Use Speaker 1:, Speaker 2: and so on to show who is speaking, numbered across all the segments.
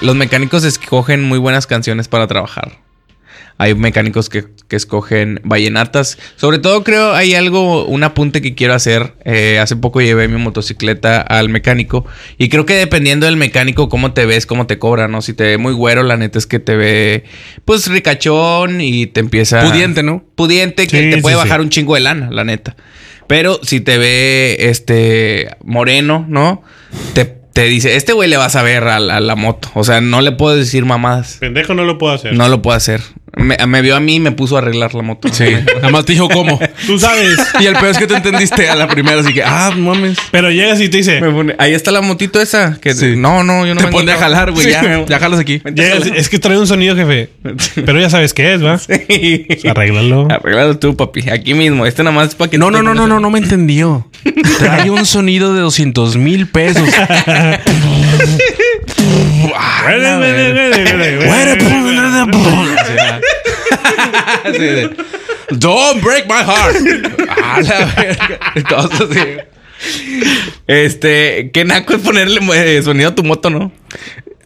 Speaker 1: Los mecánicos escogen muy buenas canciones para trabajar. Hay mecánicos que, que escogen vallenatas. Sobre todo creo hay algo, un apunte que quiero hacer. Eh, hace poco llevé mi motocicleta al mecánico y creo que dependiendo del mecánico, cómo te ves, cómo te cobra, ¿no? Si te ve muy güero, la neta es que te ve pues ricachón y te empieza...
Speaker 2: Pudiente, ¿no?
Speaker 1: Pudiente que
Speaker 3: Sí,
Speaker 1: te
Speaker 3: sí,
Speaker 1: puede
Speaker 3: sí.
Speaker 1: bajar un chingo de lana, la neta. Pero si te ve este moreno, ¿no? Te, te dice, este güey le vas a ver a la, a la moto. O sea, no le puedo decir mamadas.
Speaker 3: Pendejo no lo puedo hacer.
Speaker 1: No lo puedo hacer. Me, me vio a mí y me puso a arreglar la moto.
Speaker 2: Sí. Nada más te dijo cómo.
Speaker 3: Tú sabes.
Speaker 2: Y el peor es que tú entendiste a la primera, así que, ah, no mames.
Speaker 3: Pero llegas y te dice.
Speaker 1: Me pone, Ahí está la motito esa. Que
Speaker 2: Sí.
Speaker 1: No, no, yo no
Speaker 2: Te
Speaker 1: vengo
Speaker 2: pone a
Speaker 1: tra-
Speaker 2: jalar, güey.
Speaker 1: Sí.
Speaker 2: Ya, ya jalas aquí.
Speaker 3: llegas, es que trae un sonido, jefe. Pero ya sabes qué es, ¿va? Arréglalo.
Speaker 1: Arreglado tú, papi. Aquí mismo. Este nada más es para que...
Speaker 2: No,
Speaker 1: tú
Speaker 2: no,
Speaker 1: te
Speaker 2: no, no, no,
Speaker 1: pongas-
Speaker 2: no me entendió. Trae un sonido de 200 mil pesos. Ah, pues,
Speaker 1: pues,
Speaker 2: Así de, Don't break my heart. A
Speaker 1: Ah,
Speaker 2: la verga. Todos así.
Speaker 1: Este... Qué naco es ponerle eh, sonido a tu moto, ¿no?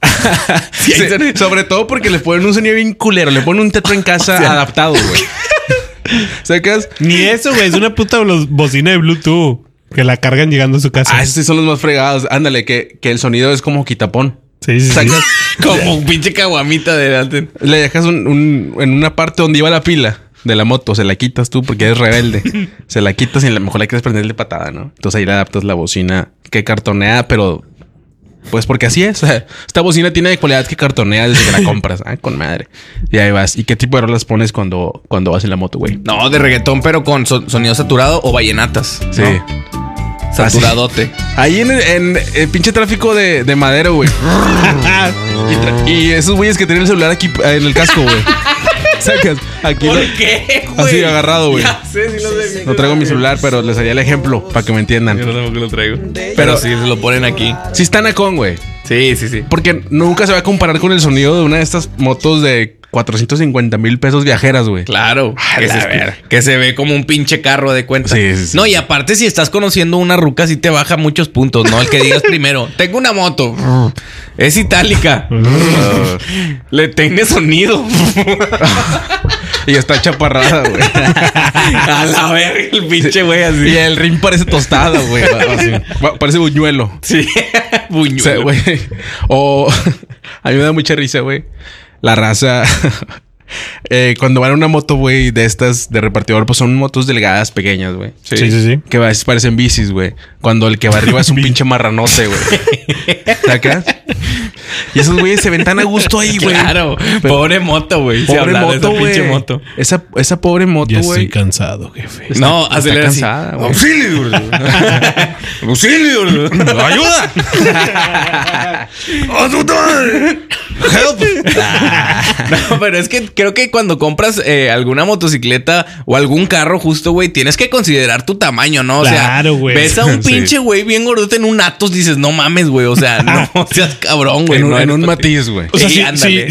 Speaker 2: Sí, sobre todo porque le ponen un sonido bien culero. Le ponen un teatro en casa adaptado, güey. ¿Sacas?
Speaker 3: Ni eso, güey. Es una puta blo- bocina de Bluetooth que la cargan llegando a su casa.
Speaker 2: Ah, esos sí son los más fregados. Ándale, que, que el sonido es como quitapón.
Speaker 3: sí, sí, sí.
Speaker 2: Sacas,
Speaker 1: Como un pinche caguamita delante.
Speaker 2: le dejas un, un- en una parte donde iba la pila de la moto, se la quitas tú porque eres rebelde. se la quitas y a lo mejor la quieres prenderle patada, ¿no? Entonces ahí le adaptas la bocina que cartonea, pero pues porque así es. o sea, Esta bocina tiene de cualidad que cartonea desde que la compras. Ah, con madre. Y ahí vas. ¿Y qué tipo de rolas pones cuando, cuando vas en la moto, güey?
Speaker 1: No, de reggaetón, pero con so- sonido saturado o vallenatas.
Speaker 2: Sí.
Speaker 1: ¿no? Saturadote.
Speaker 2: Ahí en el, en el pinche tráfico de, de madero, güey. y, tra- y esos güeyes que tienen el celular aquí eh, en el casco, güey. Sacas. Aquí lo-
Speaker 1: qué,
Speaker 2: Así agarrado, güey.
Speaker 1: sé, sí lo sé.
Speaker 2: No traigo mi celular, pero les haría el ejemplo para que me entiendan.
Speaker 1: tampoco lo traigo. Pero,
Speaker 2: Pero-
Speaker 1: sí, se lo ponen aquí.
Speaker 2: Si están a con, güey.
Speaker 1: Sí, sí, sí.
Speaker 2: Porque nunca se va a comparar con el sonido de una de estas motos de 450 mil pesos viajeras, güey.
Speaker 1: Claro.
Speaker 2: Ah,
Speaker 1: Que
Speaker 2: la
Speaker 1: se,
Speaker 2: verga.
Speaker 1: que se ve como un pinche carro de cuenta.
Speaker 2: Sí, sí, sí.
Speaker 1: No, y aparte, si estás conociendo una ruca, sí te baja muchos puntos, ¿no? El que digas primero, tengo una moto. Es itálica. Le tiene sonido.
Speaker 2: Y está chaparrada, güey.
Speaker 1: A la verga, el pinche güey así.
Speaker 2: Y el rim parece tostado, güey. Así. Pa- Parece buñuelo.
Speaker 1: Sí.
Speaker 2: O sea,
Speaker 1: Buñuelo.
Speaker 2: güey. O a mí me da mucha risa, güey. La raza. eh, cuando van a una moto, güey, de estas de repartidor, pues son motos delgadas, pequeñas, güey.
Speaker 3: Sí, sí, sí.
Speaker 2: Que a veces parecen bicis, güey. Cuando el que va arriba es un pinche marranote, güey. ¿Sacas? Y esos güeyes se ven tan a gusto ahí, güey.
Speaker 1: Claro. Pobre moto, güey. Si
Speaker 2: Pobre
Speaker 1: hablar de
Speaker 2: moto,
Speaker 1: esa
Speaker 2: güey.
Speaker 1: pinche moto.
Speaker 2: Esa, esa pobre moto,
Speaker 3: Ya estoy
Speaker 2: güey.
Speaker 3: cansado, jefe.
Speaker 1: No,
Speaker 2: está
Speaker 1: acelera así. Oh,
Speaker 2: cansada, güey.
Speaker 1: ¡Auxilio! ¡Auxilio!
Speaker 2: ¡Ayuda!
Speaker 1: No, pero es que creo que cuando compras eh, alguna motocicleta o algún carro justo, güey, tienes que considerar tu tamaño, ¿no? O sea,
Speaker 3: Claro, güey.
Speaker 1: ves a un
Speaker 2: Sí.
Speaker 1: pinche güey bien gordote en un Atos, dices, no mames, güey. O sea, no seas cabrón, güey.
Speaker 2: en,
Speaker 1: no
Speaker 2: un- en
Speaker 1: eres
Speaker 2: un
Speaker 1: pa' ti".
Speaker 2: matiz, güey.
Speaker 3: O sea,
Speaker 1: Sí,
Speaker 3: si,
Speaker 1: ándale.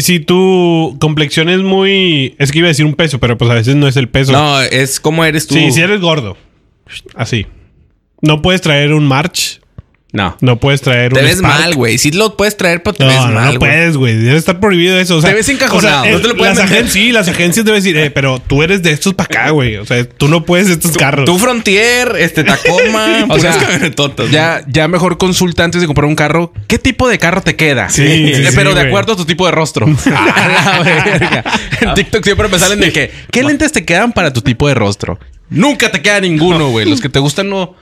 Speaker 3: si, si tu complexión es muy. Es que iba a decir un peso, pero pues a veces no es el peso.
Speaker 1: No, es como eres tú.
Speaker 3: Sí, si eres gordo. Así. No puedes traer un March.
Speaker 2: No.
Speaker 3: No puedes traer
Speaker 1: Te
Speaker 3: un.
Speaker 1: ves
Speaker 3: Spark.
Speaker 1: mal, güey. Si lo puedes traer, pero te
Speaker 3: No,
Speaker 1: ves
Speaker 3: no,
Speaker 1: mal,
Speaker 3: no
Speaker 1: güey.
Speaker 3: puedes, güey. Debe estar prohibido eso. O sea,
Speaker 2: Te ves encajonado.
Speaker 3: o sea,
Speaker 2: No
Speaker 3: el-
Speaker 2: te lo pueden
Speaker 3: las
Speaker 2: vender.
Speaker 3: agen- Sí, las agencias deben decir, eh, pero tú eres de estos para acá, güey. O sea, tú no puedes de estos carros.
Speaker 1: Tú Frontier, este Tacoma,
Speaker 2: O sea,
Speaker 1: puras camionetotas, güey.
Speaker 2: Ya, ya mejor consulta antes de comprar un carro. ¿Qué tipo de carro te queda?
Speaker 3: Sí,
Speaker 2: Eh,
Speaker 3: sí, sí,
Speaker 2: pero de
Speaker 3: güey.
Speaker 2: acuerdo a tu tipo de rostro. A la verga. En TikTok siempre me salen de que, ¿qué lentes te quedan para tu tipo de rostro? Nunca te queda ninguno, güey. Los que te gustan no.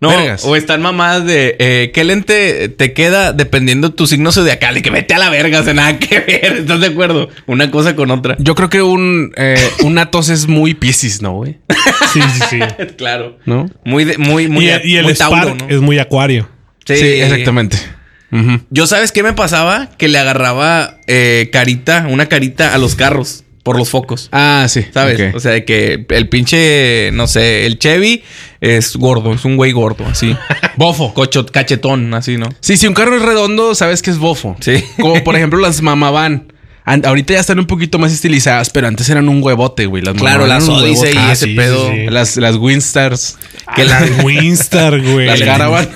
Speaker 1: No,
Speaker 2: Vergas.
Speaker 1: o están mamadas de eh, qué lente te queda dependiendo tu signo zodiacal y que vete a la verga, o sea, nada que ver, ¿estás de acuerdo? Una cosa con otra.
Speaker 2: Yo creo que un, eh, un Atos es muy Pisces, ¿no, güey?
Speaker 3: Sí, sí, sí.
Speaker 1: Claro.
Speaker 2: ¿No?
Speaker 1: Muy, de- muy, muy,
Speaker 3: y, y el
Speaker 1: muy Tauro,
Speaker 3: Spark
Speaker 1: ¿no?
Speaker 3: es muy acuario.
Speaker 1: Sí,
Speaker 2: exactamente. Ujú.
Speaker 1: Yo sabes qué me pasaba que le agarraba eh, carita, una carita a los carros por los focos.
Speaker 2: Ah, sí.
Speaker 1: ¿Sabes?
Speaker 2: Ok.
Speaker 1: O sea, de que el pinche, no sé, el Chevy es gordo, es un güey gordo, así. Bofo. Cochot, cachetón, así, ¿no?
Speaker 2: Sí, si un carro es redondo, sabes que es bofo.
Speaker 1: Sí.
Speaker 2: Como por ejemplo las mamavan. an- ahorita ya están un poquito más estilizadas, pero antes eran un huevote, güey. Las
Speaker 1: Claro,
Speaker 2: mamadas
Speaker 1: las
Speaker 2: eran un
Speaker 1: Odyssey y ese
Speaker 2: huevote.
Speaker 3: Ah, sí, sí,
Speaker 1: pedo.
Speaker 3: sí.
Speaker 2: Las, las Winstars.
Speaker 1: Que la-
Speaker 3: Winstar, güey.
Speaker 2: Las Caravan.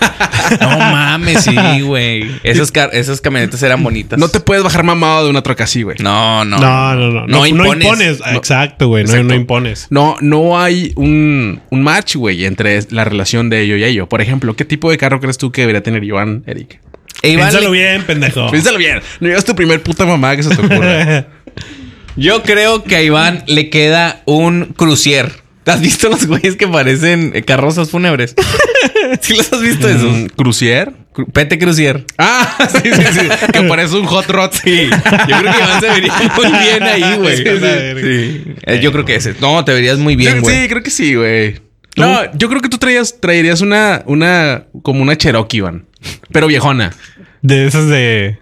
Speaker 1: No mames, sí, güey. Esas, car- esas camionetas eran bonitas.
Speaker 2: No te puedes bajar mamado de una troca así, güey.
Speaker 1: No, no.
Speaker 3: No, no, no. No, no impones.
Speaker 1: No.
Speaker 3: Exacto, güey. No,
Speaker 2: Exacto.
Speaker 3: no impones.
Speaker 2: No, no hay un, un match, güey, entre la relación de ello y ello. Por ejemplo, ¿qué tipo de carro crees tú que debería tener Iván, Eric?
Speaker 1: E Iván
Speaker 3: Piénsalo
Speaker 1: le-
Speaker 3: bien, pendejo.
Speaker 2: Piénsalo bien. No llevas tu primer puta mamá que se te ocurra.
Speaker 1: Yo creo que a Iván le queda un crucier. ¿Has visto los güeyes que parecen eh, carrozas fúnebres? ¿Sí los has visto esos?
Speaker 2: Mm, ¿Crucier?
Speaker 1: Cru- Pete Crucier.
Speaker 2: Ah, sí, sí, sí. que parece un hot rod. Sí.
Speaker 1: Yo creo que Iván se vería muy bien ahí, güey.
Speaker 3: Sí,
Speaker 1: O sea,
Speaker 3: sí.
Speaker 1: sí. Eh, Yo creo que ese. No, te verías muy bien,
Speaker 2: sí,
Speaker 1: güey.
Speaker 2: creo que sí, güey. No, yo creo que tú traías, traerías una, una, como una Cherokee, Iván. Pero viejona.
Speaker 3: De esas de.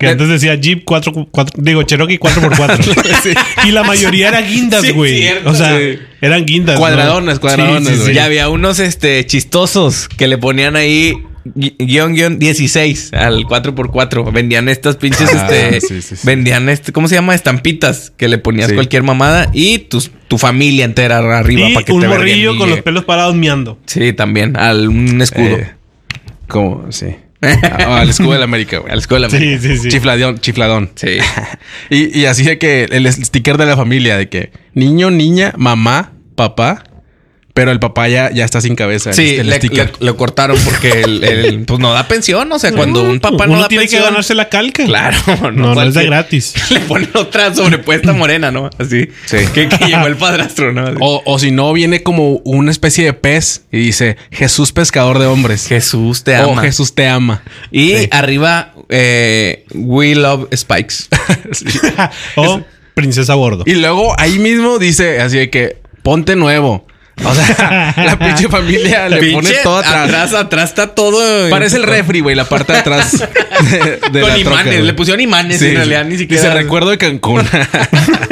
Speaker 3: Que
Speaker 2: Eh.
Speaker 3: antes decía Jeep 4, digo Cherokee 4x4.
Speaker 2: Sí.
Speaker 3: Y la mayoría eran guindas,
Speaker 2: Sí,
Speaker 3: güey.
Speaker 2: cierto,
Speaker 3: o sea,
Speaker 2: güey.
Speaker 3: eran guindas. ¿no?
Speaker 2: Cuadradonas, cuadradonas,
Speaker 3: Sí, sí, sí.
Speaker 2: güey.
Speaker 1: Ya había unos este, chistosos que le ponían ahí gui- guión guión 16 al 4x4. Vendían estas pinches,
Speaker 2: Ah,
Speaker 1: este,
Speaker 2: sí, sí, sí.
Speaker 1: vendían este, ¿cómo se llama? Estampitas que le ponías
Speaker 2: Sí.
Speaker 1: cualquier mamada y tus- tu familia entera arriba
Speaker 3: Y
Speaker 1: para que
Speaker 3: un
Speaker 1: te verguen
Speaker 3: morrillo
Speaker 1: y
Speaker 3: con los
Speaker 1: llegue.
Speaker 3: pelos parados miando.
Speaker 1: Sí, también, al un escudo.
Speaker 2: Eh, como, sí. Ah, al escudo de la América, güey.
Speaker 1: Al escudo de la
Speaker 3: Sí,
Speaker 1: América.
Speaker 3: sí, sí.
Speaker 2: Chifladón, chifladón.
Speaker 1: Sí.
Speaker 2: Y, y así de que el sticker de la familia, de que niño, niña, mamá, papá, pero el papá ya, ya está sin cabeza. el-
Speaker 1: Sí,
Speaker 2: el,
Speaker 1: le,
Speaker 2: sticker.
Speaker 1: le- lo cortaron porque el, el- pues no da pensión. O sea, cuando un papá no
Speaker 3: Uno
Speaker 1: da
Speaker 3: tiene
Speaker 1: pensión.
Speaker 3: que ganarse la calca.
Speaker 1: Claro, no,
Speaker 3: No, no es de
Speaker 1: cualquier-
Speaker 3: gratis.
Speaker 1: le ponen otra sobrepuesta morena, ¿no? Así.
Speaker 2: Sí.
Speaker 1: Que, que llegó el padrastro, ¿no? Así.
Speaker 2: O, o si no, viene como una especie de pez y dice Jesús pescador de hombres.
Speaker 1: Oh, Jesús te
Speaker 2: o
Speaker 1: ama.
Speaker 2: Jesús te ama.
Speaker 1: Y arriba, eh, We Love Spikes.
Speaker 3: O princesa a bordo.
Speaker 2: Y luego ahí mismo dice así de que ponte nuevo. O sea, la pinche
Speaker 1: Ah,
Speaker 2: familia le pone
Speaker 1: Pinche,
Speaker 2: todo atrás.
Speaker 1: atrás, atrás está todo. eh,
Speaker 2: Parece el refri, güey, la parte de atrás de, de
Speaker 1: Con
Speaker 2: la
Speaker 1: imanes,
Speaker 2: troca, güey.
Speaker 1: le pusieron imanes
Speaker 2: Sí.
Speaker 1: en realidad ni siquiera.
Speaker 2: Dice recuerdo de Cancún.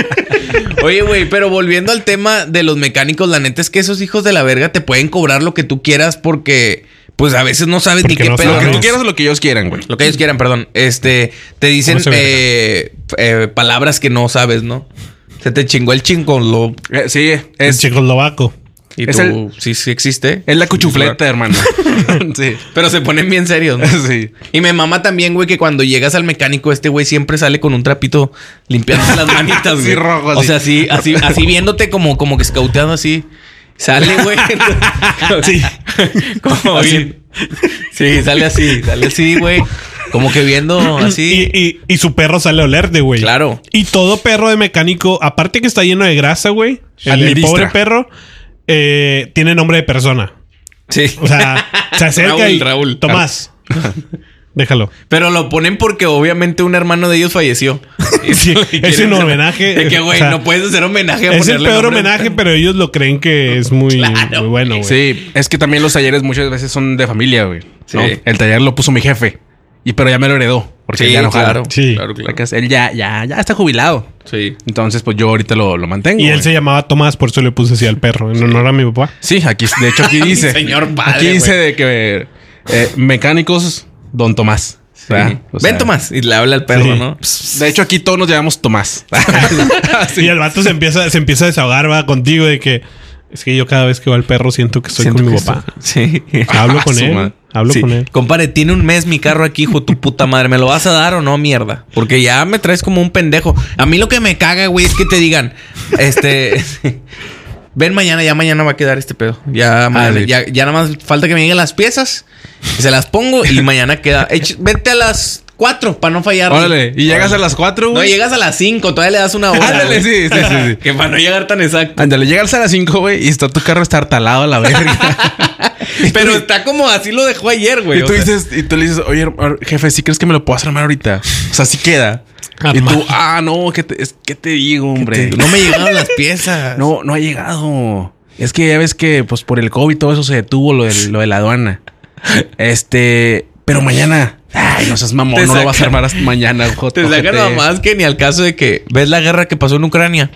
Speaker 1: Oye, güey, pero volviendo al tema de los mecánicos, la neta es que esos hijos de la verga te pueden cobrar lo que tú quieras porque, pues a veces no sabes
Speaker 3: Porque
Speaker 1: ni qué
Speaker 3: no
Speaker 1: pedo.
Speaker 2: lo que
Speaker 1: ¿no?
Speaker 2: tú quieras o lo que ellos quieran, güey.
Speaker 1: Lo que ellos quieran, perdón. Este, te dicen
Speaker 3: ¿Cómo se
Speaker 1: eh, eh, palabras que no sabes, ¿no? Se te chingó el chingolo.
Speaker 2: Eh, sí,
Speaker 3: El
Speaker 2: es,
Speaker 3: checoslovaco.
Speaker 1: Y
Speaker 2: Es
Speaker 1: tú,
Speaker 2: el-
Speaker 1: sí, sí existe.
Speaker 2: es la cuchufleta, hermano. sí.
Speaker 1: Pero se ponen bien serios, ¿no?
Speaker 2: Sí.
Speaker 1: Y me mama también, güey, que cuando llegas al mecánico, este güey siempre sale con un trapito limpiando las manitas, güey.
Speaker 2: Sí, rojo,
Speaker 1: O
Speaker 2: así.
Speaker 1: sea, así, así, así viéndote como, como que escauteando así. Sale, güey.
Speaker 3: Sí.
Speaker 1: como
Speaker 3: Así.
Speaker 1: bien. Sí, sale así, sale así, güey. Como que viendo así.
Speaker 3: Y, y- y su perro sale a olerte, güey.
Speaker 1: Claro.
Speaker 3: Y todo perro de mecánico, aparte que está lleno de grasa, güey. El, el
Speaker 2: Administra.
Speaker 3: pobre perro eh, tiene nombre de persona.
Speaker 1: Sí.
Speaker 3: O sea, se acerca
Speaker 1: Raúl,
Speaker 3: y...
Speaker 1: Raúl. Ah.
Speaker 3: Tomás. Déjalo.
Speaker 1: Pero lo ponen porque obviamente un hermano de ellos falleció.
Speaker 3: Sí, es un homenaje.
Speaker 1: De que,
Speaker 3: O
Speaker 1: güey,
Speaker 3: sea,
Speaker 1: no puedes hacer homenaje a
Speaker 3: Es el
Speaker 1: ponerle
Speaker 3: peor
Speaker 1: nombre.
Speaker 3: homenaje, pero ellos lo creen que es muy,
Speaker 1: Claro.
Speaker 3: muy bueno, güey.
Speaker 2: Sí, es que también los talleres muchas veces son de familia, güey. ¿no?
Speaker 1: Sí.
Speaker 2: El taller lo puso mi jefe. Y pero ya me lo heredó.
Speaker 1: Sí,
Speaker 2: Porque él ya no jala.
Speaker 1: claro.
Speaker 3: Sí.
Speaker 1: Claro, claro.
Speaker 2: Porque Él ya, ya, ya está jubilado.
Speaker 1: Sí.
Speaker 2: Entonces, pues yo ahorita lo, lo mantengo.
Speaker 3: Y él
Speaker 2: güey.
Speaker 3: se llamaba Tomás, por eso le puse así al perro, en honor a mi papá.
Speaker 2: Sí, aquí, de hecho, aquí dice.
Speaker 1: señor padre,
Speaker 2: Aquí dice
Speaker 1: güey.
Speaker 2: de que eh, mecánicos Don Tomás.
Speaker 1: Sí.
Speaker 2: ¿verdad? O sea,
Speaker 1: Ven, Tomás. Y le habla al perro,
Speaker 3: Sí.
Speaker 1: ¿no?
Speaker 2: De hecho, aquí todos nos llamamos Tomás.
Speaker 3: Y el vato se empieza, se empieza a desahogar, va contigo, de que es que yo cada vez que va al perro siento que estoy
Speaker 1: Siento
Speaker 3: con mi
Speaker 1: que
Speaker 3: papá.
Speaker 1: Sí.
Speaker 3: Hablo
Speaker 2: Ah,
Speaker 3: con
Speaker 2: su
Speaker 3: él,
Speaker 2: madre.
Speaker 3: hablo
Speaker 1: Sí.
Speaker 3: con él.
Speaker 1: Compadre, tiene un mes mi carro aquí, hijo de tu puta madre. ¿Me lo vas a dar o no, mierda? Porque ya me traes como un pendejo. A mí lo que me caga, güey, es que te digan, este. Ven mañana, ya mañana va a quedar este pedo. Ya, mañana-
Speaker 2: Ah, sí.
Speaker 1: ya, ya nada más falta que me lleguen las piezas. Se las pongo y mañana queda. Ech- vete a las 4 para no fallar.
Speaker 2: Órale. Y llegas a las 4,
Speaker 1: No,
Speaker 2: güey.
Speaker 1: llegas a las 5, todavía le das una hora.
Speaker 2: Ándale,
Speaker 1: güey.
Speaker 2: sí, sí, sí, sí.
Speaker 1: Que para no llegar tan exacto.
Speaker 2: Ándale, llegas a las 5, güey, y está tu carro estartalado a la verga.
Speaker 1: Pero está como así lo dejó ayer, güey.
Speaker 2: y,
Speaker 1: o
Speaker 2: tú
Speaker 1: sea.
Speaker 2: dices, y tú le dices, oye, her- jefe, ¿sí crees que me lo puedas armar ahorita? O sea, sí queda. y
Speaker 3: Armar.
Speaker 2: tú, ah, no, ¿qué te, es- ¿qué te digo, hombre?
Speaker 1: No me llegaron las piezas.
Speaker 2: No, no ha llegado. Es que ya ves que, pues, por el COVID todo eso se detuvo, lo de, lo de la aduana. Este, pero mañana. Ay, no seas mamón,
Speaker 1: Te
Speaker 2: no lo vas a
Speaker 1: sacan-
Speaker 2: armar hasta mañana, jo-
Speaker 1: Te
Speaker 2: ojete.
Speaker 1: sacan más que ni al caso de que ves la guerra que pasó en Ucrania.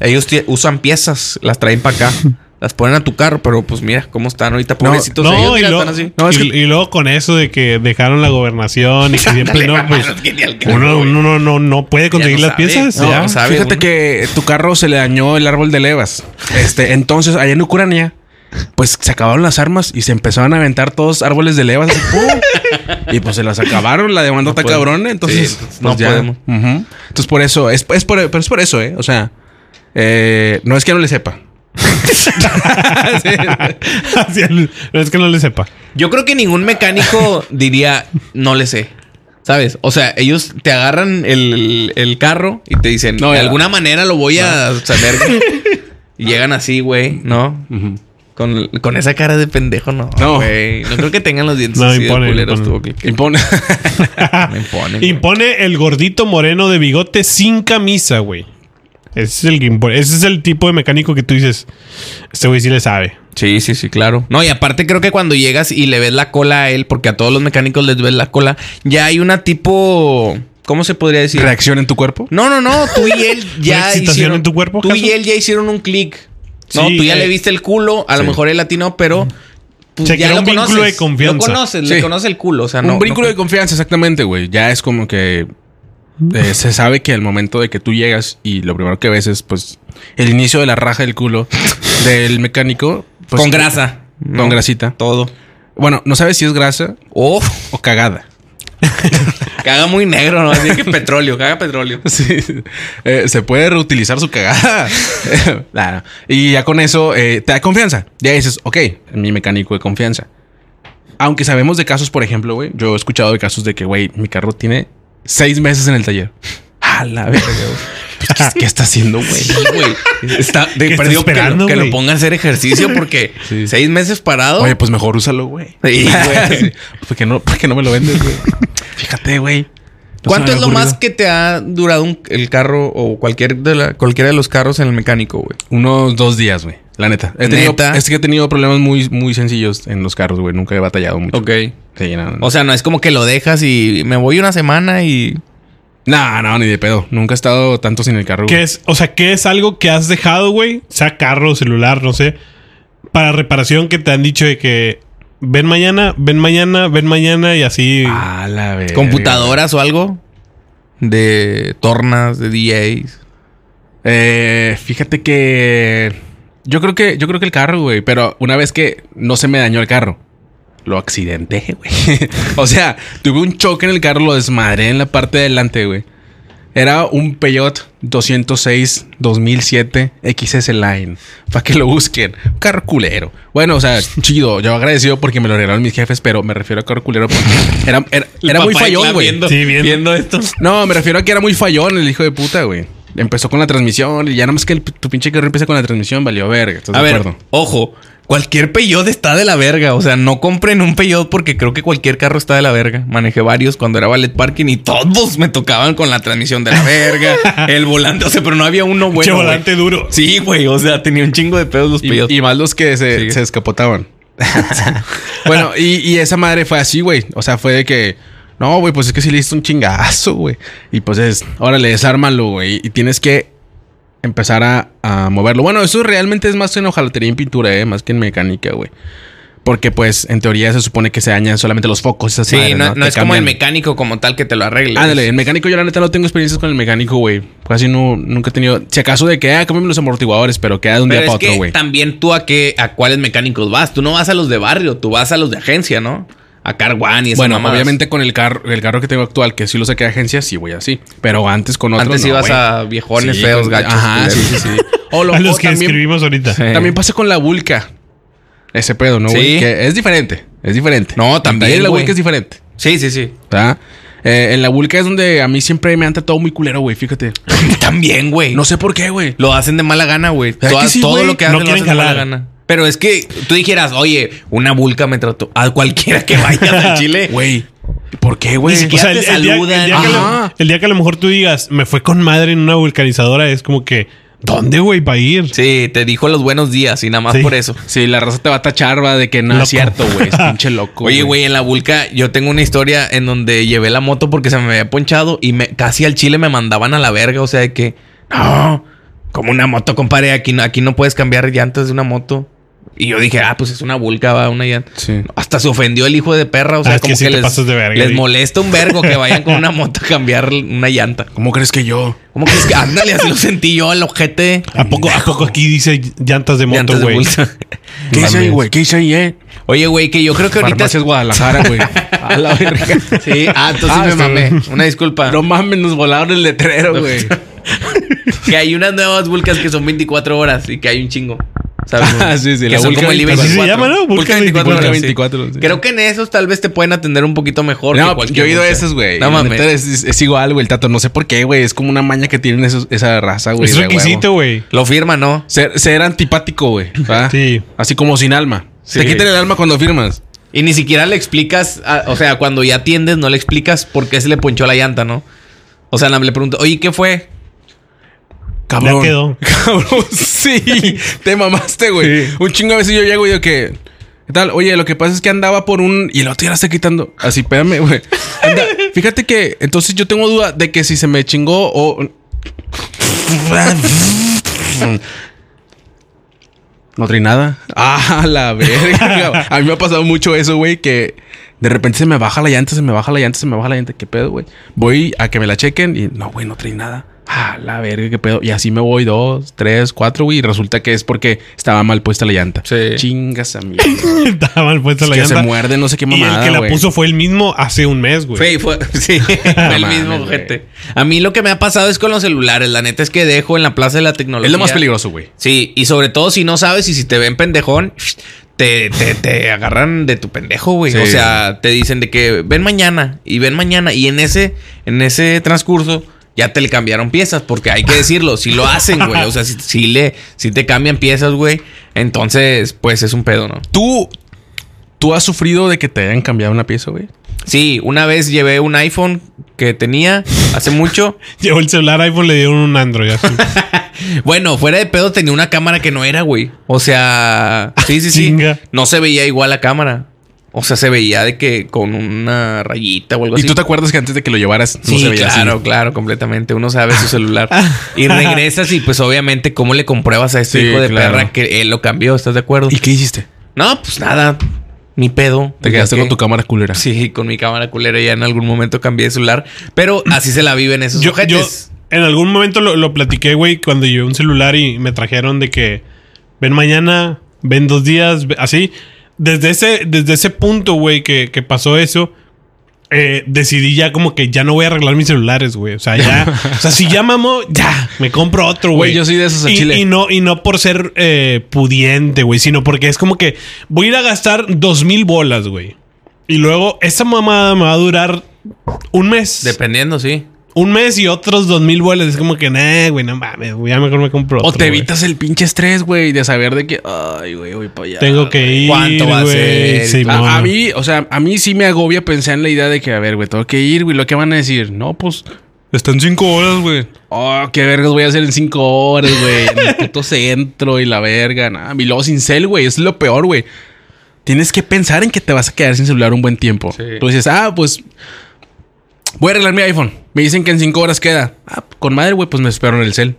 Speaker 1: Ellos tie- usan piezas, las traen para acá. Las ponen a tu carro, pero pues mira cómo están ahorita pobrecitos ellos,
Speaker 3: No, y,
Speaker 1: mira,
Speaker 3: lo-
Speaker 1: están así.
Speaker 2: No, es
Speaker 3: y- y luego con eso de que dejaron la gobernación y que siempre no, pues uno, uno no, no, no puede conseguir
Speaker 1: no
Speaker 3: las
Speaker 1: sabe.
Speaker 3: piezas.
Speaker 1: No,
Speaker 3: ya.
Speaker 1: no sabe.
Speaker 2: Fíjate
Speaker 1: uno.
Speaker 2: que tu carro se le dañó el árbol de levas. Este, entonces, allá en Ucrania, pues se acabaron las armas y se empezaron a aventar todos árboles de levas. así, ¡pum! y pues se las acabaron, la demanda está
Speaker 1: podemos.
Speaker 2: cabrón. Entonces,
Speaker 1: Sí, entonces,
Speaker 2: pues,
Speaker 1: no
Speaker 2: ya.
Speaker 1: podemos.
Speaker 2: Ujú. Entonces, por eso, es, es por, pero es por eso, ¿eh? O sea, eh, no es que no le sepa. Sí.
Speaker 3: Así el- no, es que no le sepa.
Speaker 1: Yo creo que ningún mecánico diría, no le sé. ¿Sabes? O sea, ellos te agarran el, el carro y te dicen,
Speaker 2: No,
Speaker 1: de
Speaker 2: ya.
Speaker 1: alguna manera lo voy a saber. y llegan así, güey, ¿no? Con, con esa cara de pendejo, no.
Speaker 2: No.
Speaker 1: güey. No creo que tengan los dientes
Speaker 3: No,
Speaker 1: así
Speaker 3: imponen,
Speaker 1: de culeros.
Speaker 3: imponen.
Speaker 1: tú, que- que
Speaker 2: Impone.
Speaker 1: Me imponen.
Speaker 3: Impone el gordito moreno de bigote sin camisa, güey. Ese es el que impone- Ese es el tipo de mecánico que tú dices. Este güey sí le sabe.
Speaker 1: Sí, sí, sí, claro. No, y aparte creo que cuando llegas y le ves la cola a él, porque a todos los mecánicos les ves la cola, ya hay una tipo. ¿Cómo se podría decir?
Speaker 2: ¿Reacción en tu cuerpo?
Speaker 1: No, no, no. Tú y él
Speaker 3: ¿Una
Speaker 1: ya
Speaker 3: excitación
Speaker 1: hicieron.
Speaker 3: en tu cuerpo,
Speaker 1: tú y
Speaker 3: acaso?
Speaker 1: él ya hicieron un clic. No,
Speaker 3: Sí,
Speaker 1: tú ya
Speaker 3: eh.
Speaker 1: le viste el culo. A lo mejor él latino, pero. Pues,
Speaker 3: Se
Speaker 1: ya
Speaker 3: crea
Speaker 1: lo
Speaker 3: un vínculo
Speaker 1: conoces.
Speaker 3: de confianza.
Speaker 1: Lo conoces,
Speaker 2: Sí.
Speaker 1: le conoce el culo. O sea, no.
Speaker 2: un vínculo
Speaker 1: no-
Speaker 2: de confianza, exactamente, güey. Ya es como que eh, se sabe que al momento de que tú llegas y lo primero que ves es, pues, el inicio de la raja del culo del mecánico. pues,
Speaker 1: con grasa.
Speaker 2: Con
Speaker 1: ¿no?
Speaker 2: grasita.
Speaker 1: Todo.
Speaker 2: Bueno, no sabes si es grasa
Speaker 1: Oh,
Speaker 2: o cagada.
Speaker 1: caga muy negro, ¿no? Así que petróleo, caga petróleo.
Speaker 2: Sí. Eh, se puede reutilizar su cagada. Nah, no. Y ya con eso eh, te da confianza. Ya dices, ok, mi mecánico de confianza. Aunque sabemos de casos, por ejemplo, güey, yo he escuchado de casos de que, güey, mi carro tiene seis meses en el taller. A la verga, güey. Pues, ¿qué, qué está haciendo, güey?
Speaker 1: Sí, güey. Está de
Speaker 3: ¿Qué está
Speaker 1: perdido que, lo-
Speaker 3: esperando,
Speaker 1: que lo
Speaker 3: güey?
Speaker 1: ponga a hacer ejercicio porque
Speaker 2: Sí.
Speaker 1: seis meses parado.
Speaker 2: Oye, pues mejor úsalo, güey.
Speaker 1: Sí, güey.
Speaker 2: Sí. ¿Por qué no, por qué no me lo vendes, güey? Fíjate, güey. No
Speaker 1: ¿Cuánto
Speaker 2: se me
Speaker 1: es lo
Speaker 2: había
Speaker 1: más
Speaker 2: ocurrido.
Speaker 1: que te ha durado un- el carro o cualquier de la- cualquiera de los carros en el mecánico, güey?
Speaker 2: Unos dos días, güey. La neta. He tenido-
Speaker 1: ¿Neta?
Speaker 2: Es que he tenido problemas muy, muy sencillos en los carros, güey. Nunca he batallado mucho.
Speaker 1: Ok.
Speaker 2: Sí, no, no.
Speaker 1: O sea, no es como que lo dejas y me voy una semana y.
Speaker 2: no, no, ni de pedo. Nunca he estado tanto sin el carro.
Speaker 3: ¿Qué
Speaker 2: güey.
Speaker 3: es, o sea, ¿qué es algo que has dejado, güey? Sea carro, celular, no sé. Para reparación que te han dicho de que ven mañana, ven mañana, ven mañana y así.
Speaker 2: A la verga.
Speaker 1: ¿Computadoras o algo? De tornas, de DJs.
Speaker 2: Eh, fíjate que yo creo que yo creo que el carro, güey, pero una vez que no se me dañó el carro, lo accidenté, güey. o sea, tuve un choque en el carro, lo desmadré en la parte de delante, güey. Era un Peugeot 206 2007 XS Line. Para que lo busquen. Un carro culero. Bueno, o sea, chido. Yo agradecido porque me lo regalaron mis jefes, pero me refiero a carro culero porque era, era,
Speaker 1: El
Speaker 2: era muy
Speaker 1: papá de
Speaker 2: fallón,
Speaker 1: Clan
Speaker 2: güey.
Speaker 1: viendo-
Speaker 3: Sí, viendo.
Speaker 1: viendo este esto.
Speaker 2: No, me refiero a que era muy fallón el hijo de puta, güey. Empezó con la transmisión y ya nada más que el- tu pinche carro empieza con la transmisión, valió verga. ¿Estás
Speaker 1: A
Speaker 2: de
Speaker 1: ver,
Speaker 2: acuerdo?
Speaker 1: ojo, cualquier peyote está de la verga. O sea, no compren un peyote porque creo que cualquier carro está de la verga. Manejé varios cuando era ballet parking y todos me tocaban con la transmisión de la verga, el volante. O sea, pero no había uno bueno.
Speaker 3: che,
Speaker 1: güey.
Speaker 3: volante duro.
Speaker 1: Sí, güey. O sea, tenía un chingo de pedos los peyotes.
Speaker 2: Y, y más los que se,
Speaker 1: Sigue.
Speaker 2: se descapotaban. bueno, y, y esa madre fue así, güey. O sea, fue de que. No, güey, pues es que sí le hiciste un chingazo, güey. Y pues es, órale, desármalo, güey. Y tienes que empezar a, a moverlo. Bueno, eso realmente es más en hojalatería y en pintura, ¿eh? Más que en mecánica, güey. Porque, pues, en teoría se supone que se dañan solamente los focos. Esas
Speaker 1: Sí,
Speaker 2: madres,
Speaker 1: no, no
Speaker 2: Que
Speaker 1: es como el
Speaker 2: cambian.
Speaker 1: mecánico como tal que te lo arregle.
Speaker 2: Ándale, el mecánico yo la neta no tengo experiencias con el mecánico, güey. Casi no, nunca he tenido. Si acaso de que, ah, cámbiame los amortiguadores, pero queda de un
Speaker 1: Pero
Speaker 2: día
Speaker 1: es
Speaker 2: para otro,
Speaker 1: que
Speaker 2: güey.
Speaker 1: también tú a qué, a cuáles mecánicos vas. Tú no vas a los de barrio, tú vas a los de agencia, ¿no? A Carwan y esas
Speaker 2: Bueno,
Speaker 1: mamadas.
Speaker 2: obviamente con el carro, el carro que tengo actual, que sí lo saqué de agencia, sí, güey, así. Pero antes con otros.
Speaker 1: Antes
Speaker 2: no,
Speaker 1: ibas
Speaker 2: güey.
Speaker 1: a viejones
Speaker 2: Sí,
Speaker 1: feos,
Speaker 2: con-
Speaker 1: gachos.
Speaker 2: Ajá,
Speaker 1: culeros.
Speaker 2: sí, sí, sí. O lo-
Speaker 3: A los
Speaker 2: o
Speaker 3: que
Speaker 2: también,
Speaker 3: escribimos ahorita.
Speaker 1: Sí.
Speaker 2: también pasa con la Vulca. Ese pedo, ¿no, güey?
Speaker 1: Sí.
Speaker 2: Que es diferente. Es diferente.
Speaker 1: No,
Speaker 2: El
Speaker 1: también,
Speaker 2: taller de la
Speaker 1: güey.
Speaker 2: Vulca es diferente.
Speaker 1: Sí, sí, sí.
Speaker 2: ¿Está? Eh, en la Vulca es donde a mí siempre me han tratado muy culero, güey, fíjate.
Speaker 1: También, güey.
Speaker 2: No sé por qué, güey.
Speaker 1: Lo hacen de mala gana, güey.
Speaker 2: ¿Verdad
Speaker 1: Toda-
Speaker 2: que sí,
Speaker 1: todo
Speaker 2: güey?
Speaker 1: lo que
Speaker 3: No
Speaker 1: hacen lo
Speaker 3: quieren
Speaker 1: hacen de mala
Speaker 3: jalar.
Speaker 1: gana. Pero es que tú dijeras, oye, una vulca me trató. A cualquiera que vayas al Chile.
Speaker 2: Güey, ¿por qué, güey?
Speaker 1: Ni
Speaker 3: O sea,
Speaker 1: siquiera- Ya
Speaker 3: el,
Speaker 1: te
Speaker 3: el día,
Speaker 1: saludan.
Speaker 3: el día que a lo-
Speaker 2: Ajá.
Speaker 3: el día que a lo mejor tú digas, me fue con madre en una vulcanizadora, es como que, ¿dónde, güey, va a ir?
Speaker 1: Sí, te dijo los buenos días y nada más
Speaker 3: Sí.
Speaker 1: por eso.
Speaker 2: Sí, la raza te va a tachar, va, de que no es
Speaker 3: Loco.
Speaker 2: cierto, güey. Es pinche loco.
Speaker 1: Oye, güey, en la vulca yo tengo una historia en donde llevé la moto porque se me había ponchado y me, casi al chile me mandaban a la verga. O sea, de que, no, Como una moto, compadre. Aquí no, aquí no puedes cambiar llantas de una moto. Y yo dije, ah, pues es una vulca, va, una llanta.
Speaker 2: Sí.
Speaker 1: Hasta se ofendió el hijo de perra. O sea,
Speaker 3: Ah, es
Speaker 1: como
Speaker 3: que
Speaker 1: que,
Speaker 3: sí te
Speaker 1: les,
Speaker 3: pasas de verga,
Speaker 1: les
Speaker 3: sí.
Speaker 1: molesta un vergo que vayan con una moto a cambiar una llanta.
Speaker 2: ¿Cómo crees que yo?
Speaker 1: ¿Cómo crees que? Ándale, así lo sentí yo, el ojete.
Speaker 3: ¿A poco, ¿A poco aquí dice llantas de Ah, moto,
Speaker 1: Llantas de
Speaker 3: güey?
Speaker 1: vulca.
Speaker 2: ¿Qué hice ahí,
Speaker 3: Mames.
Speaker 2: güey? ¿Qué hice ahí, eh?
Speaker 1: Oye, güey, que yo creo que ahorita.
Speaker 2: Farmacias Guadalajara, güey. A la verga.
Speaker 1: Sí, ah, entonces
Speaker 2: Ah,
Speaker 1: me
Speaker 2: está
Speaker 1: mamé.
Speaker 2: bien.
Speaker 1: Una disculpa.
Speaker 2: No mames, nos volaron el letrero, güey.
Speaker 1: Que hay unas nuevas vulcas que son 24 horas y que hay un chingo. ¿Sabes?
Speaker 2: Ah, sí, sí,
Speaker 1: Que
Speaker 2: la
Speaker 1: son
Speaker 2: vulca
Speaker 1: como el I-24.
Speaker 2: 24.
Speaker 3: Así se llama, ¿no? Vulca
Speaker 1: Vulca 24
Speaker 2: Vulca
Speaker 1: horas.
Speaker 2: 24,
Speaker 1: sí.
Speaker 2: sí.
Speaker 1: Creo que en esos tal vez te pueden atender un poquito mejor. que
Speaker 2: No, pues,
Speaker 1: cualquier
Speaker 2: yo he ido a
Speaker 1: vulca.
Speaker 2: esas, güey.
Speaker 1: No
Speaker 2: La
Speaker 1: mames.
Speaker 2: neta Es, es- es igual, güey, el tato. No sé por qué, güey. Es como una maña que tienen esos, esa raza, güey.
Speaker 3: Es
Speaker 2: de huevo.
Speaker 3: requisito, güey.
Speaker 1: Lo firma, ¿no?
Speaker 2: Ser, ser antipático, güey. ¿va?
Speaker 3: Sí.
Speaker 2: Así como sin alma.
Speaker 3: Sí.
Speaker 2: Te quitan el alma cuando firmas.
Speaker 1: Y ni siquiera le explicas, a- o sea, cuando ya atiendes, no le explicas por qué se le ponchó la llanta, ¿no? O sea, le pregunto, oye, ¿qué fue?
Speaker 2: Cabrón.
Speaker 3: Ya quedó.
Speaker 2: Cabrón, sí. Te mamaste, güey.
Speaker 3: Sí.
Speaker 2: Un chingo a veces yo llego y digo que. ¿Qué tal? Oye, lo que pasa es que andaba por un. Y el otro ya la está quitando. Así, espérame, güey. Anda, Fíjate que. Entonces yo tengo duda de que si se me chingó o. No trae nada. Ah, la verga. A mí me ha pasado mucho eso, güey, que de repente se me baja la llanta, se me baja la llanta, se me baja la llanta. ¿Qué pedo, güey? Voy a que me la chequen y no, güey, no trae nada. Ah, la verga, qué pedo. Y así me voy dos, tres, cuatro, güey, y resulta que es porque estaba mal puesta la llanta.
Speaker 1: Sí.
Speaker 2: Chingas a mí. que
Speaker 3: Estaba mal puesta la
Speaker 2: se
Speaker 3: llanta.
Speaker 2: muerde, no sé qué
Speaker 3: y
Speaker 2: mamada.
Speaker 3: el que la
Speaker 2: güey.
Speaker 3: puso fue el mismo hace un mes, güey.
Speaker 1: Fue, fue, sí, fue el mismo
Speaker 2: Pues. Mames, güey.
Speaker 1: gente. A mí lo que me ha pasado es con los celulares. La neta es que dejo en la plaza de la tecnología.
Speaker 2: Es lo más peligroso, güey.
Speaker 1: Sí, y sobre todo si no sabes y si te ven pendejón, te, te- te agarran de tu pendejo, güey.
Speaker 2: Sí.
Speaker 1: O sea, te dicen de que ven mañana y ven mañana. Y en ese, en ese transcurso ya te le cambiaron piezas, porque hay que decirlo, si lo hacen, güey. O sea, si, si le, si te cambian piezas, güey, entonces, pues es un pedo, ¿no?
Speaker 2: ¿Tú, ¿Tú has sufrido de que te hayan cambiado una pieza, güey?
Speaker 1: Sí, una vez llevé un iPhone que tenía hace mucho.
Speaker 3: Llevó el celular iPhone, le dieron un Android. así.
Speaker 1: Bueno, fuera de pedo tenía una cámara que no era, güey. O sea, sí, sí, sí.
Speaker 3: Chinga.
Speaker 1: No se veía igual la cámara. O sea, se veía de que con una rayita o algo
Speaker 2: ¿Y
Speaker 1: así.
Speaker 2: tú te acuerdas que antes de que lo llevaras no
Speaker 1: Sí,
Speaker 2: se veía
Speaker 1: claro,
Speaker 2: así?
Speaker 1: claro, completamente. Uno sabe su celular. y regresas y pues obviamente, ¿cómo le compruebas a este
Speaker 2: Sí,
Speaker 1: hijo de
Speaker 2: claro.
Speaker 1: perra que él lo cambió? ¿Estás de acuerdo?
Speaker 2: ¿Y qué hiciste?
Speaker 1: No, pues nada. Ni pedo.
Speaker 2: Te quedaste con tu cámara culera.
Speaker 1: Sí, con mi cámara culera ya en algún momento cambié de celular. Pero así se la viven esos
Speaker 3: yo, yo
Speaker 1: ojetes.
Speaker 3: en algún momento lo, lo platiqué, güey, cuando llevé un celular y me trajeron de que ven mañana, ven dos días, ve- así. Desde ese, desde ese punto, güey, que, que pasó eso, eh, decidí ya como que ya no voy a arreglar mis celulares, güey. O sea, ya. o sea, si ya mamó, ya, me compro otro, güey.
Speaker 2: Güey, yo soy de esos al
Speaker 3: y,
Speaker 2: chile.
Speaker 3: y no, y no por ser eh, pudiente, güey, sino porque es como que voy a ir a gastar dos mil bolas, güey. Y luego esa mamada me va a durar un mes
Speaker 1: Dependiendo, sí.
Speaker 3: un mes y otros dos mil bolas. Es como que, nah, güey, no mames, güey, ya mejor me compro.
Speaker 2: O
Speaker 3: otro,
Speaker 2: te
Speaker 3: güey.
Speaker 2: evitas el pinche estrés, güey, de saber de que, ay, güey, voy para allá.
Speaker 3: Tengo que ir.
Speaker 1: ¿Cuánto va a
Speaker 3: güey,
Speaker 1: ser?
Speaker 3: Simón.
Speaker 2: A, a mí, o sea, a mí sí me agobia pensar en la idea de que, a ver, güey, tengo que ir, güey, lo que van a decir. No, pues, están cinco horas, güey. Oh, qué vergas voy a hacer en cinco horas, güey. En el puto centro y la verga, nada. Y luego sin cel, güey, es lo peor, güey. Tienes que pensar en que te vas a quedar sin celular un buen tiempo. Tú dices, ah, pues, voy a arreglar mi iPhone. Me dicen que en cinco horas queda. Ah, con madre, güey, pues me espero en el cel.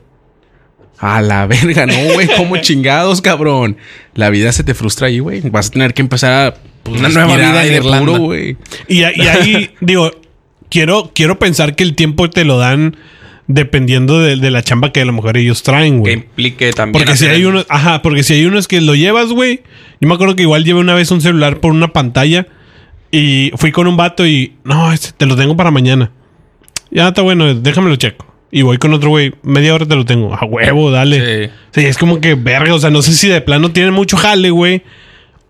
Speaker 2: A la verga, no, güey, como chingados, cabrón. La vida se te frustra ahí, güey. Vas a tener que empezar a pues,
Speaker 1: Una nueva
Speaker 2: respirar
Speaker 1: vida en
Speaker 2: aire
Speaker 1: Irlanda.
Speaker 2: puro, güey.
Speaker 3: Y, a- y ahí, digo, quiero, quiero pensar que el tiempo te lo dan dependiendo de, de la chamba que a lo mejor ellos traen,
Speaker 1: Que
Speaker 3: güey.
Speaker 1: implique también.
Speaker 3: Porque si
Speaker 1: hacer
Speaker 3: hay
Speaker 1: el-
Speaker 3: unos, ajá, porque si hay unos que lo llevas, güey. Yo me acuerdo que igual llevé una vez un celular por una pantalla y fui con un vato y no, este te lo tengo para mañana. Ya está bueno, déjamelo checo. Y voy con otro güey, media hora te lo tengo. A huevo, dale.
Speaker 1: Sí.
Speaker 3: Sí. es como que verga, o sea, no sé si de plano tienen mucho jale, güey.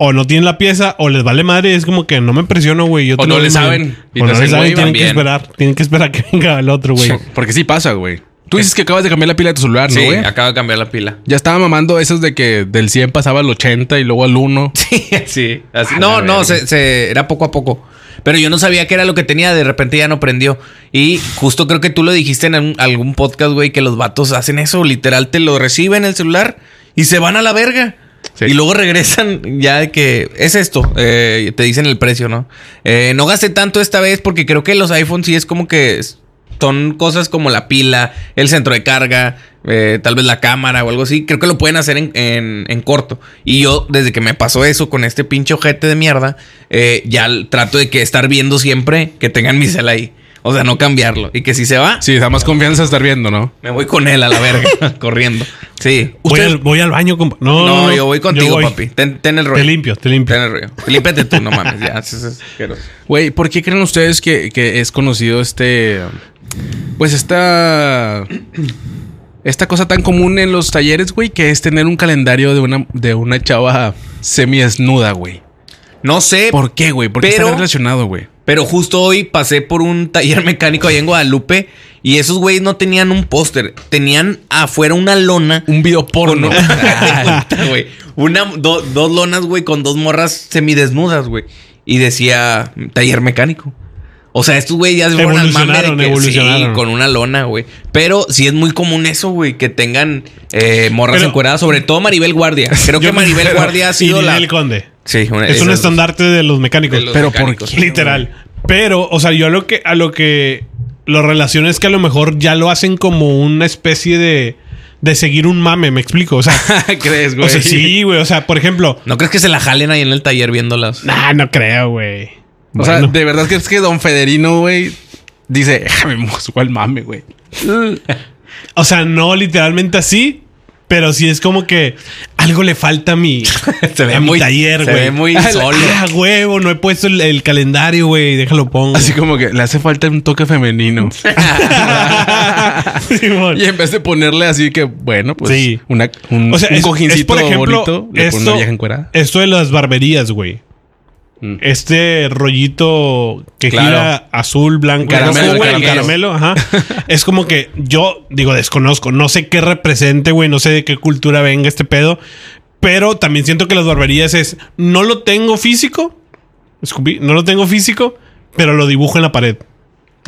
Speaker 3: O no tienen la pieza, o les vale madre, es como que no me presiono, güey. yo
Speaker 2: O
Speaker 3: te
Speaker 2: no
Speaker 3: lo doy
Speaker 2: le
Speaker 3: mañana.
Speaker 2: saben,
Speaker 3: O
Speaker 2: y te
Speaker 3: no le
Speaker 2: hacen,
Speaker 3: saben,
Speaker 2: güey,
Speaker 3: tienen que
Speaker 1: también.
Speaker 3: esperar. Tienen que esperar que venga el otro, güey.
Speaker 2: Porque sí pasa, güey. Tú dices que acabas de cambiar la pila de tu celular, ¿no,
Speaker 1: Sí,
Speaker 2: güey?
Speaker 1: acaba de cambiar la pila.
Speaker 2: Ya estaba mamando esos de que del 100 pasaba al 80 y luego al 1.
Speaker 1: Sí, sí. así.
Speaker 2: A
Speaker 1: No,
Speaker 2: Ah, la
Speaker 1: no,
Speaker 2: verga.
Speaker 1: se, se- era poco a poco. Pero yo no sabía qué era lo que tenía, de repente ya no prendió. Y justo creo que tú lo dijiste en algún- algún podcast, güey, que los vatos hacen eso, literal, te lo reciben el celular y se van a la verga.
Speaker 2: Sí.
Speaker 1: Y luego regresan ya de que es esto, eh, te dicen el precio, ¿no? Eh, no gasté tanto esta vez porque creo que los iPhones sí es como que es- son cosas como la pila, el centro de carga, eh, tal vez la cámara o algo así. Creo que lo pueden hacer en, en- en corto. Y yo, desde que me pasó eso con este pinche ojete de mierda, eh, ya l- trato de que estar viendo siempre que tengan mi cel ahí. O sea, no cambiarlo. Y que si se va,
Speaker 2: Sí, da más confianza estar viendo, ¿no?
Speaker 1: me voy con él a la verga, corriendo. Sí.
Speaker 3: Voy
Speaker 1: Ustedes-
Speaker 3: al, voy al baño, compa. No,
Speaker 1: no,
Speaker 3: no, no,
Speaker 1: yo voy contigo,
Speaker 3: voy.
Speaker 1: papi. Ten, ten el rollo.
Speaker 3: Te limpio, te limpio.
Speaker 1: Ten el rollo. Límpete tú, no mames. Ya, eso es asqueroso.
Speaker 2: Güey, ¿por qué creen ustedes que, que es conocido este. Pues esta. Esta cosa tan común en los talleres, güey, que es tener un calendario de una, de una chava semi-desnuda, güey.
Speaker 1: No sé,
Speaker 2: ¿Por qué, güey? ¿Por qué
Speaker 1: Pero-
Speaker 2: está relacionado, güey?
Speaker 1: Pero justo hoy pasé por un taller mecánico ahí en Guadalupe y esos güeyes no tenían un póster, tenían afuera una lona.
Speaker 2: Un video
Speaker 1: Con
Speaker 2: porno.
Speaker 1: una, güey. Una- do- dos lonas, güey, con dos morras semidesnudas, güey. Y decía taller mecánico. O sea, estos güey ya se fueron al mame de
Speaker 3: Evolucionaron,
Speaker 1: que sí,
Speaker 3: evolucionaron.
Speaker 1: con una lona, güey. Pero sí es muy común eso, güey, que tengan eh, morras
Speaker 3: Pero-
Speaker 1: encueradas, sobre todo Maribel Guardia. Creo que
Speaker 3: Yo me
Speaker 1: Maribel
Speaker 3: refiero
Speaker 1: Guardia ha
Speaker 3: a
Speaker 1: sido la.
Speaker 3: Ninel Conde.
Speaker 1: Sí, una-
Speaker 3: Es un
Speaker 1: esas-
Speaker 3: estandarte de los mecánicos.
Speaker 1: de los
Speaker 2: Pero ¿por
Speaker 1: mecánicos.
Speaker 2: qué?
Speaker 3: Literal. Pero, o sea, yo a lo que a lo que lo relaciono es que a lo mejor ya lo hacen como una especie de de seguir un mame, me explico, o sea,
Speaker 2: ¿Crees,
Speaker 3: o sea, sí, güey, o sea, por ejemplo,
Speaker 1: Ah, ¿No crees que se la jalen ahí en el taller viéndolas?
Speaker 3: nah, no creo, güey.
Speaker 2: O sea,
Speaker 3: Bueno.
Speaker 2: de verdad que es que don Federino, güey, dice, déjame me subo al mame, güey.
Speaker 1: Mm.
Speaker 3: O sea, no literalmente así, pero sí es como que algo le falta a mi,
Speaker 1: Se ve
Speaker 3: a mi
Speaker 1: muy-
Speaker 3: taller,
Speaker 1: se
Speaker 3: güey.
Speaker 1: ve muy
Speaker 3: Ah,
Speaker 1: solo.
Speaker 3: Ah, huevo, no he puesto el, el calendario, güey, déjalo pongo.
Speaker 2: Así como que le hace falta un toque femenino.
Speaker 3: Simón.
Speaker 2: y en vez de ponerle así que, bueno, pues
Speaker 3: Sí.
Speaker 2: una, un,
Speaker 3: O sea,
Speaker 2: un
Speaker 3: es-
Speaker 2: cojincito
Speaker 3: es, por ejemplo,
Speaker 2: bonito, le pone una vieja encuerada.
Speaker 3: esto de las barberías, güey.
Speaker 2: Mm.
Speaker 3: Este rollito que
Speaker 1: Claro.
Speaker 3: gira azul, blanco,
Speaker 2: Caramelo,
Speaker 3: rojo, güey,
Speaker 1: el
Speaker 3: el caramelo, ajá. es como que yo digo, desconozco, no sé qué represente, güey, no sé de qué cultura venga este pedo, pero también siento que las barberías es no lo tengo físico, Scooby, no lo tengo físico, pero lo dibujo en la pared. Te